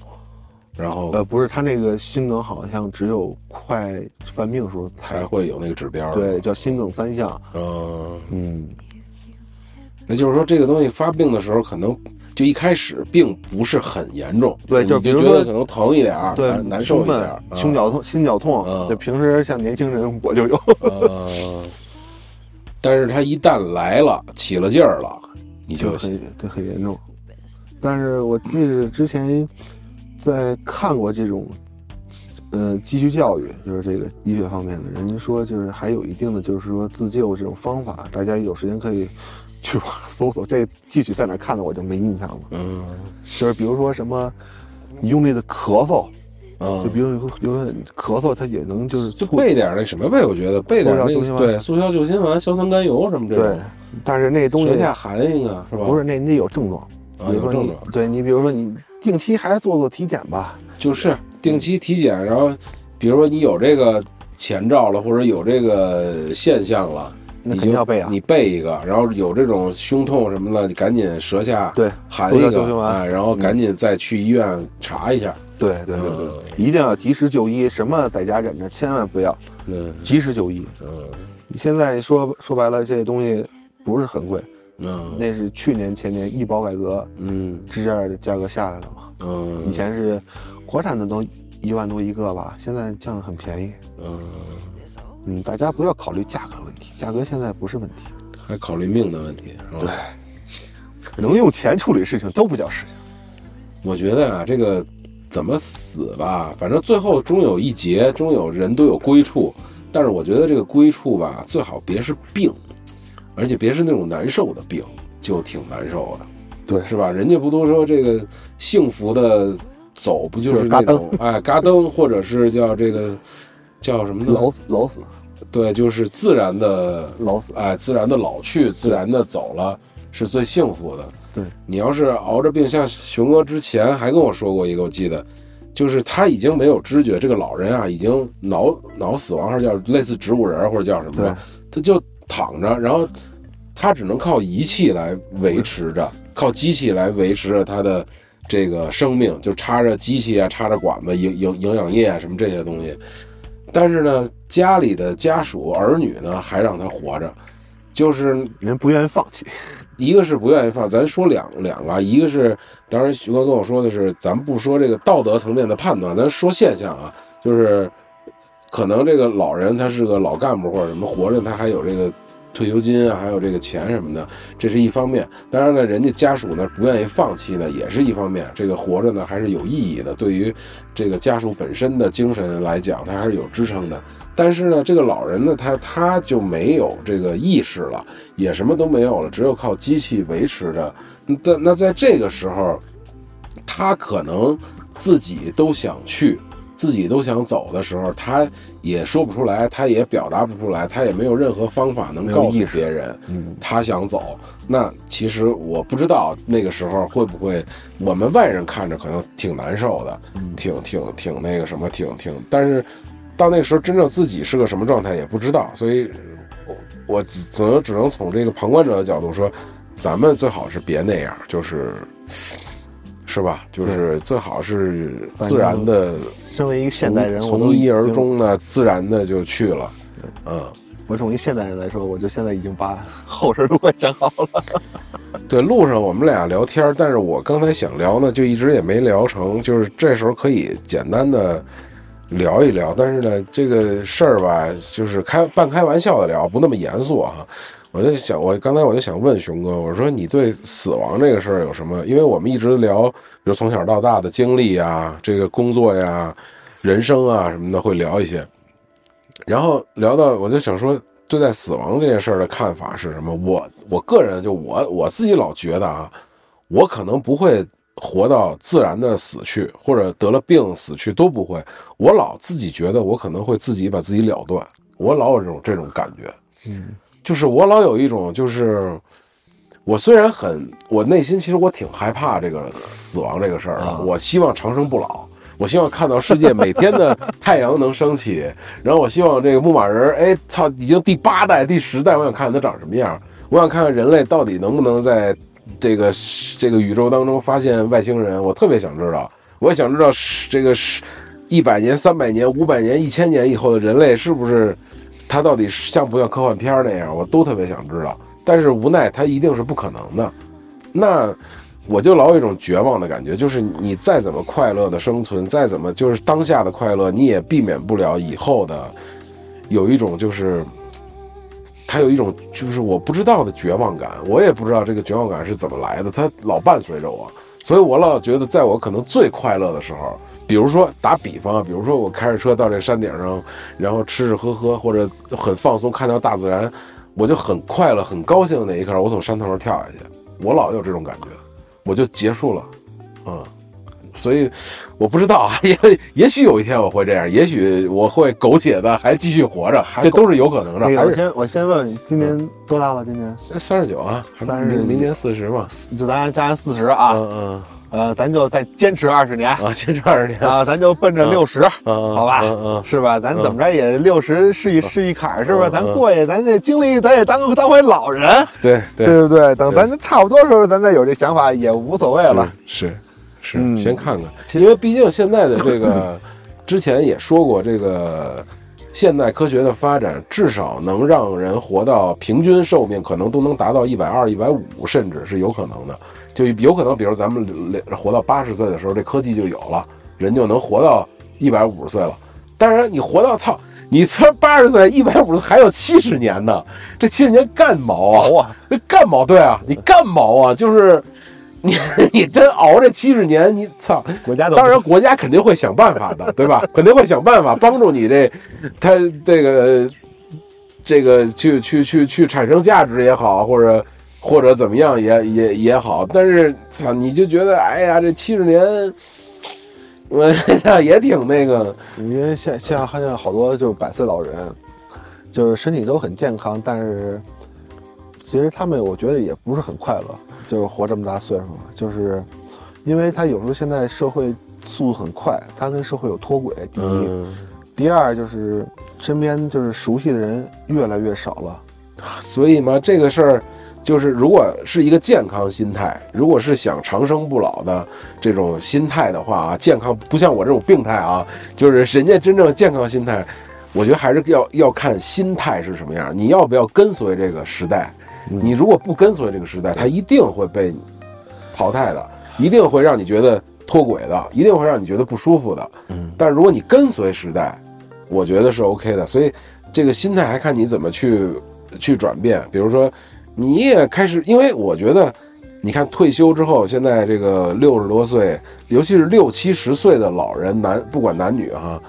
S1: 然后
S2: 呃，不是，他那个心梗好像只有快犯病的时候
S1: 才
S2: 才
S1: 会有那个指标。
S2: 对，，叫心梗三项。
S1: 嗯，
S2: 嗯，
S1: 那就是说这个东西发病的时候可能。就一开始并不是很严重，
S2: 对
S1: 你
S2: 就
S1: 就
S2: 比如
S1: 觉得
S2: 说
S1: 可能疼一点儿，
S2: 对，
S1: 难难受一
S2: 胸闷
S1: 点啊儿，
S2: 胸绞痛、心绞痛，
S1: 嗯
S2: 就平时像年轻人我就有。
S1: 呃，但是他一旦来了，起了劲儿了，你就
S2: 很对很严重。但是我记得之前在看过这种，呃，继续教育，就是这个医学方面的，人家说就是还有一定的就是说自救这种方法，大家有时间可以去网上搜索。这个具体在哪看的我就没印象了。
S1: 嗯
S2: 就是比如说什么，你用力的咳嗽，就比
S1: 嗯，
S2: 如你会有点咳嗽，它也能就是
S1: 就
S2: 促
S1: 备点儿那什么呗，我觉得备点儿那
S2: 速效救心
S1: 个
S2: 丸
S1: 对速效救心丸、硝酸甘油什么这
S2: 对
S1: 种，，
S2: 但是那东西
S1: 舌下含一个是吧？
S2: 不是那你得有症状。
S1: 啊，
S2: 比
S1: 有
S2: 如说
S1: 症
S2: 你
S1: 状，
S2: 对你，比如说你定期还是做做体检吧。嗯
S1: 就是定期体检，然后比如说你有这个前兆了，或者有这个现象了。
S2: 那
S1: 你
S2: 肯定
S1: 就
S2: 要备啊
S1: 你备一个，然后有这种胸痛什么的，你赶紧舌下
S2: 对
S1: 含
S2: 速
S1: 一
S2: 效救心
S1: 个，
S2: 丸嗯
S1: 哎，然后赶紧再去医院查一下。
S2: 对对对对，一定要及时就医，什么在家忍着，千万不要
S1: 嗯
S2: 及时就医。
S1: 嗯
S2: 现在说说白了，这些东西不是很贵，
S1: 嗯
S2: 那是去年前年医保改革
S1: 嗯
S2: 支架的价格下来了嘛，
S1: 嗯，
S2: 以前是国产的都一万多一个吧，现在降得很便宜。
S1: 嗯，
S2: 嗯，大家不要考虑价格问题，价格现在不是问题，
S1: 还考虑命的问题是吧？对，
S2: 能用钱处理事情都不叫事情。
S1: 我觉得啊，这个怎么死吧，反正最后终有一劫，终有人都有归处。但是我觉得这个归处吧，最好别是病，而且别是那种难受的病，就挺难受的，
S2: 对
S1: 是吧？人家不都说这个幸福的走，不就是那种哎嘎噔，或者是叫这个叫什么呢？
S2: 老死老死
S1: 对，就是自然的
S2: 老死，
S1: 哎，自然的老去，自然的走了，是最幸福的。
S2: 对
S1: 你要是熬着病，像熊哥之前还跟我说过一个，我记得，就是他已经没有知觉，这个老人啊，已经脑脑死亡，还是叫类似植物人儿或者叫什么
S2: 对
S1: 的，他就躺着，然后他只能靠仪器来维持着，靠机器来维持着他的。这个生命就插着机器啊，插着管子、营营营养液啊，什么这些东西。但是呢，家里的家属、儿女呢，还让他活着，就是
S2: 人不愿意放弃。
S1: 一个是不愿意放，咱说两两个啊，一个是当然徐哥跟我说的是，咱不说这个道德层面的判断，咱说现象啊，就是可能这个老人他是个老干部或者什么，活着他还有这个退休金啊，还有这个钱什么的，这是一方面。当然呢，人家家属呢不愿意放弃呢，也是一方面。这个活着呢还是有意义的，对于这个家属本身的精神来讲，他还是有支撑的。但是呢，这个老人呢，他他就没有这个意识了，也什么都没有了，只有靠机器维持着。那那在这个时候，他可能自己都想去，自己都想走的时候，他也说不出来，他也表达不出来，他也没有任何方法能
S2: 没有
S1: 告诉
S2: 意识
S1: 别人。
S2: 嗯，
S1: 他想走，那其实我不知道那个时候会不会，我们外人看着可能挺难受的，
S2: 嗯
S1: 挺挺挺那个什么，挺挺，但是到那个时候真正自己是个什么状态也不知道，所以我我只只能只能从这个旁观者的角度说，咱们最好是别那样，就是是吧？就是最好是自然的，
S2: 身为一个现代人，我
S1: 从
S2: 都已
S1: 一而
S2: 经。
S1: 终的，自然的就去了。嗯，
S2: 我从一现代人来说，我就现在已经把后事都快想好了。
S1: 对，路上我们俩聊天儿，但是我刚才想聊呢，就一直也没聊成，就是这时候可以简单的聊一聊，但是呢，这个事儿吧，就是开半开玩笑的聊，不那么严肃啊。我就想，我刚才我就想问熊哥，我说你对死亡这个事儿有什么？因为我们一直聊，比如从小到大的经历啊，这个工作呀、人生啊什么的，会聊一些。然后聊到，我就想说，对待死亡这件事儿的看法是什么？我我个人就我我自己老觉得啊，我可能不会活到自然的死去，或者得了病死去都不会。我老自己觉得我可能会自己把自己了断，我老有这种这种感觉。
S2: 嗯，
S1: 就是我老有一种，就是我虽然很，我内心其实我挺害怕这个死亡这个事儿的
S2: 啊。
S1: 我希望长生不老，我希望看到世界每天的太阳能升起，然后我希望这个牧马人儿，哎，操，已经第八代、第十代，我想看看它长什么样，我想看看人类到底能不能在这个这个宇宙当中发现外星人，我特别想知道，我也想知道是这个是。一百年、三百年、五百年、一千年以后的人类是不是它到底是像不像科幻片儿那样，我都特别想知道。但是无奈，它一定是不可能的。那我就老有一种绝望的感觉，就是你再怎么快乐的生存，再怎么就是当下的快乐，你也避免不了以后的有一种就是。它有一种就是我不知道的绝望感，我也不知道这个绝望感是怎么来的，它老伴随着我，所以我老觉得在我可能最快乐的时候，比如说打比方啊，比如说我开着车到这山顶上，然后吃吃喝喝或者很放松，看到大自然，我就很快乐、很高兴的那一刻，我从山头上跳下去，我老有这种感觉，我就结束了，嗯，所以我不知道啊， 也也许有一天我会这样，也许我会苟且的还继续活着，这都是有可能的，
S2: 那
S1: 还
S2: 个我
S1: 是
S2: 先我先问你，今年多大了？今年
S1: 三十九啊，
S2: 30
S1: 明明年四十嘛，
S2: 就咱加四十啊，
S1: 嗯
S2: 呃，咱就再坚持二十年
S1: 嗯啊，坚持二十年，啊
S2: 啊，咱就奔着
S1: 嗯
S2: 六十、
S1: 嗯
S2: 好吧
S1: 嗯嗯，
S2: 是吧？咱怎么着也六十是一是一坎儿，是吧？
S1: 嗯
S2: 咱
S1: 嗯
S2: 过去，咱这经历，咱也当当回老人，
S1: 对对
S2: 对不对？等
S1: 对
S2: 咱差不多时候，咱再有这想法也无所谓了。
S1: 是是，
S2: 嗯
S1: 先看看，因为毕竟现在的这个， 之前也说过，这个现代科学的发展至少能让人活到平均寿命，可能都能达到一百二、一百五，甚至是有可能的。就有可能，比如咱们活到八十岁的时候，这科技就有了，人就能活到一百五十岁了。当然，你活到操，你他八十岁、一百五十还有七十年呢，这七十年干毛啊？
S2: 啊，
S1: 那干毛对啊，你干毛啊，就是 你你真熬这七十年，你操！
S2: 国家都
S1: 当然，国家肯定会想办法的，对吧？肯定会想办法帮助你这， 他这个这个去去去去产生价值也好，或者或者怎么样也也也好。但是操，你就觉得哎呀，这七十年， 我操也挺那个，
S2: 因为现现在好像好多就是百岁老人，就是身体都很健康，但是其实他们我觉得也不是很快乐，就是活这么大岁数了，就是因为他有时候现在社会速度很快，他跟社会有脱轨，第一，
S1: 嗯，
S2: 第二就是身边就是熟悉的人越来越少了。
S1: 所以嘛，这个事儿就是，如果是一个健康心态，如果是想长生不老的这种心态的话啊，健康不像我这种病态啊，就是人家真正健康心态，我觉得还是要要看心态是什么样，你要不要跟随这个时代？你如果不跟随这个时代，它一定会被淘汰的，一定会让你觉得脱轨的，一定会让你觉得不舒服的。
S2: 嗯，
S1: 但如果你跟随时代，我觉得是 OK 的。所以这个心态还看你怎么去去转变。比如说，你也开始，因为我觉得，你看退休之后，现在这个六十多岁，尤其是六七十岁的老人，男不管男女哈，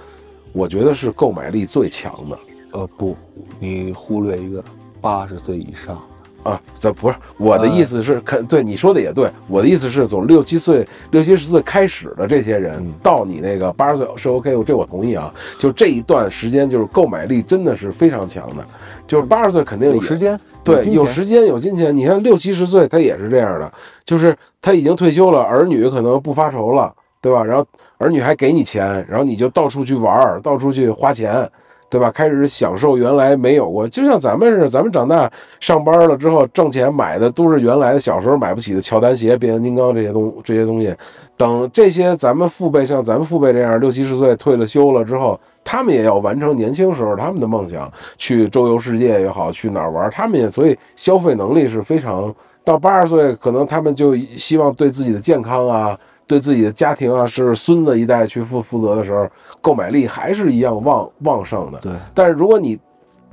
S1: 我觉得是购买力最强的。
S2: 呃，不，你忽略一个八十岁以上。
S1: 啊，这不是我的意思
S2: 呃
S1: 是，肯对你说的也对，我的意思是从六七岁、六七十岁开始的这些
S2: 嗯
S1: 人，到你那个八十岁是 OK，我这我同意啊。就这一段时间，就是购买力真的是非常强的，就是八十岁肯定
S2: 有
S1: 也
S2: 时间，
S1: 对，
S2: 金
S1: 有
S2: 钱
S1: 时间有金钱。你看六七十岁，他也是这样的，就是他已经退休了，儿女可能不发愁了，对吧？然后儿女还给你钱，然后你就到处去玩儿，到处去花钱，对吧？开始享受原来没有过，就像咱们似的，咱们长大上班了之后挣钱买的都是原来的小时候买不起的乔丹鞋、变形金刚这些东这些东西。等这些咱们父辈像咱们父辈这样六七十岁退了休了之后，他们也要完成年轻时候他们的梦想，去周游世界也好，去哪儿玩，他们也所以消费能力是非常。到八十岁，可能他们就希望对自己的健康啊，对自己的家庭啊，是孙子一代去负负责的时候，购买力还是一样旺旺盛的。
S2: 对，
S1: 但是如果你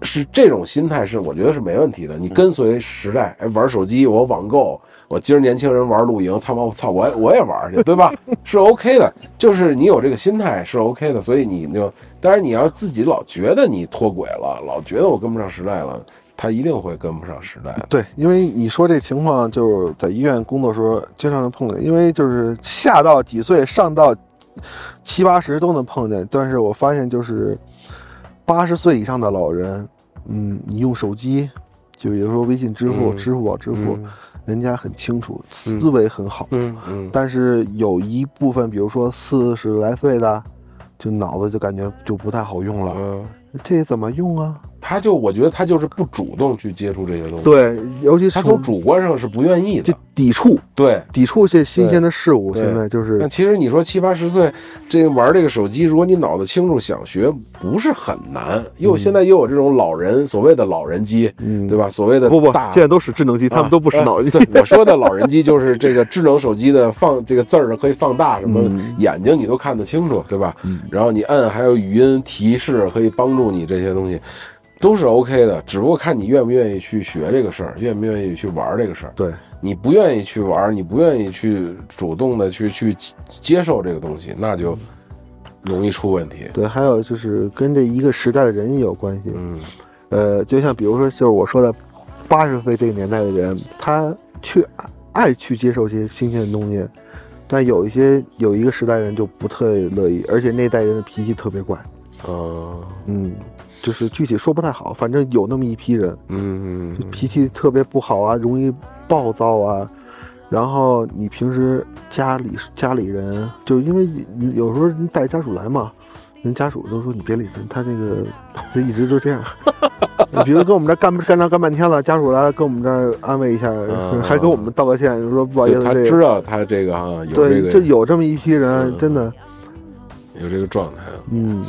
S1: 是这种心态，是我觉得是没问题的。你跟随时代，哎，玩手机，我网购，我今儿年轻人玩露营，操妈，我操，我也我也玩去，对吧？ 是 OK 的，就是你有这个心态是 OK 的，所以你就，当然你要自己老觉得你脱轨了，老觉得我跟不上时代了，他一定会跟不上时代的。
S2: 对，因为你说这情况，就是在医院工作时候经常能碰见，因为就是下到几岁，上到七八十都能碰见。但是我发现，就是八十岁以上的老人，嗯，你用手机，就比如说微信支付、
S1: 嗯
S2: 支付宝支付，
S1: 嗯
S2: 人家很清楚，思维很好。
S1: 嗯嗯，
S2: 但是有一部分，比如说四十来岁的，就脑子就感觉就不太好用了，
S1: 嗯，
S2: 这怎么用啊？
S1: 他就我觉得他就是不主动去接触这些东西，，
S2: 对，尤其
S1: 他
S2: 是
S1: 从主观上是不愿意
S2: 就
S1: 的，
S2: 抵触，
S1: 对。
S2: 抵触这新鲜的事物，
S1: 对
S2: 现在就是
S1: 那其实你说七八十岁这玩这个手机，如果你脑子清楚想学，不是很难。又现在又有这种老人所谓的老人机，
S2: 嗯
S1: 对吧？所谓的
S2: 不不，
S1: 大呃
S2: 现在都使智能机，他们都不使脑机。
S1: 对，我说的老人机就是这个智能手机的放这个字儿可以放大，什么
S2: 嗯
S1: 眼睛你都看得清楚，对吧？然后你摁还有语音提示可以帮助你这些东西，都是 OK 的，只不过看你愿不愿意去学这个事儿，愿不愿意去玩这个事儿。
S2: 对，
S1: 你不愿意去玩，你不愿意去主动的去去接受这个东西，那
S2: 嗯
S1: 就容易出问题。
S2: 对，还有就是跟这一个时代的人也有关系。
S1: 嗯
S2: 呃，就像比如说，就是我说的，八十岁这个年代的人，他去爱爱去接受一些新鲜的东西，但有一些有一个时代人就不特乐意，而且那代人的脾气特别怪。
S1: 呃
S2: 嗯，就是具体说不太好，反正有那么一批人，
S1: 嗯
S2: 就脾气特别不好啊，容易暴躁啊。然后你平时家里家里人，就是因为你有时候你带家属来嘛，人家属都说你别理他，他这个 他一直都这样。比如跟我们这儿干干仗干半天了，家属来了跟我们这儿安慰一下，
S1: 嗯
S2: 还跟我们道个歉，说不好意
S1: 就
S2: 思，
S1: 他
S2: 这
S1: 知
S2: 个
S1: 道他这个啊有这
S2: 对，就
S1: 个
S2: 有这么一批人，
S1: 嗯
S2: 真的，
S1: 有这个状态啊。
S2: 嗯，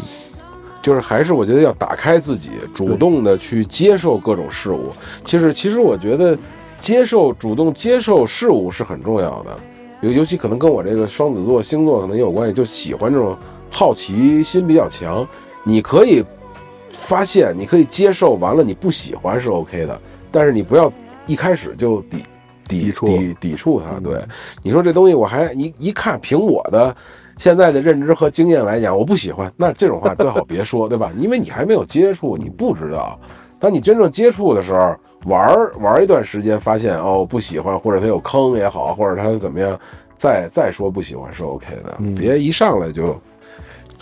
S1: 就是还是我觉得要打开自己，主动的去接受各种事物。其实，其实我觉得接受、主动接受事物是很重要的，尤尤其可能跟我这个双子座星座可能也有关系，就喜欢这种好奇心比较强。你可以发现，你可以接受，完了你不喜欢是 OK 的，但是你不要一开始就抵抵
S2: 抵触
S1: 抵抵触它。对，你说这东西我还一一看，凭我的现在的认知和经验来讲，我不喜欢，那这种话最好别说，对吧？ 因为你还没有接触，你不知道。当你真正接触的时候，玩儿玩儿一段时间，发现哦不喜欢，或者它有坑也好，或者它怎么样，再再说不喜欢是 OK 的，
S2: 嗯
S1: 别一上来就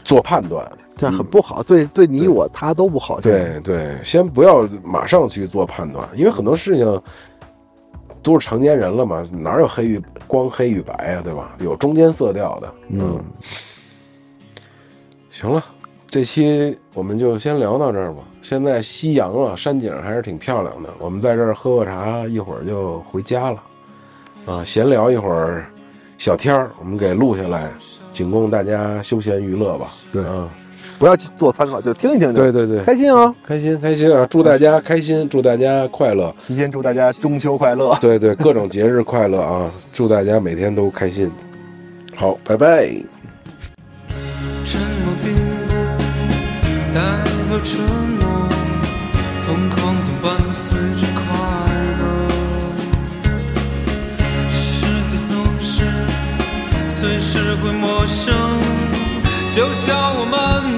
S1: 做判断。
S2: 这样很不好，对对你我他都不好。这样，
S1: 嗯对对，先不要马上去做判断，因为很多事情都是成年人了嘛，哪有黑与光黑与白啊呀、对吧？有中间色调的。
S2: 嗯，
S1: 行了，这期我们就先聊到这儿吧。现在夕阳了，山景还是挺漂亮的。我们在这儿喝个茶，一会儿就回家了。啊，闲聊一会儿，小天儿我们给录下来，仅供大家休闲娱乐吧。
S2: 对
S1: 啊，
S2: 不要去做参考，就听一听就
S1: 对对对，
S2: 开心啊！
S1: 开心开心啊！祝大家开心，祝大家快乐。
S2: 提前祝大家中秋快乐。
S1: 对对，各种节日快乐啊！祝大家每天都开心。好，拜拜。
S3: 沉默并不代表沉默，疯狂总伴随着快乐。世界总是随时会陌生，就像我们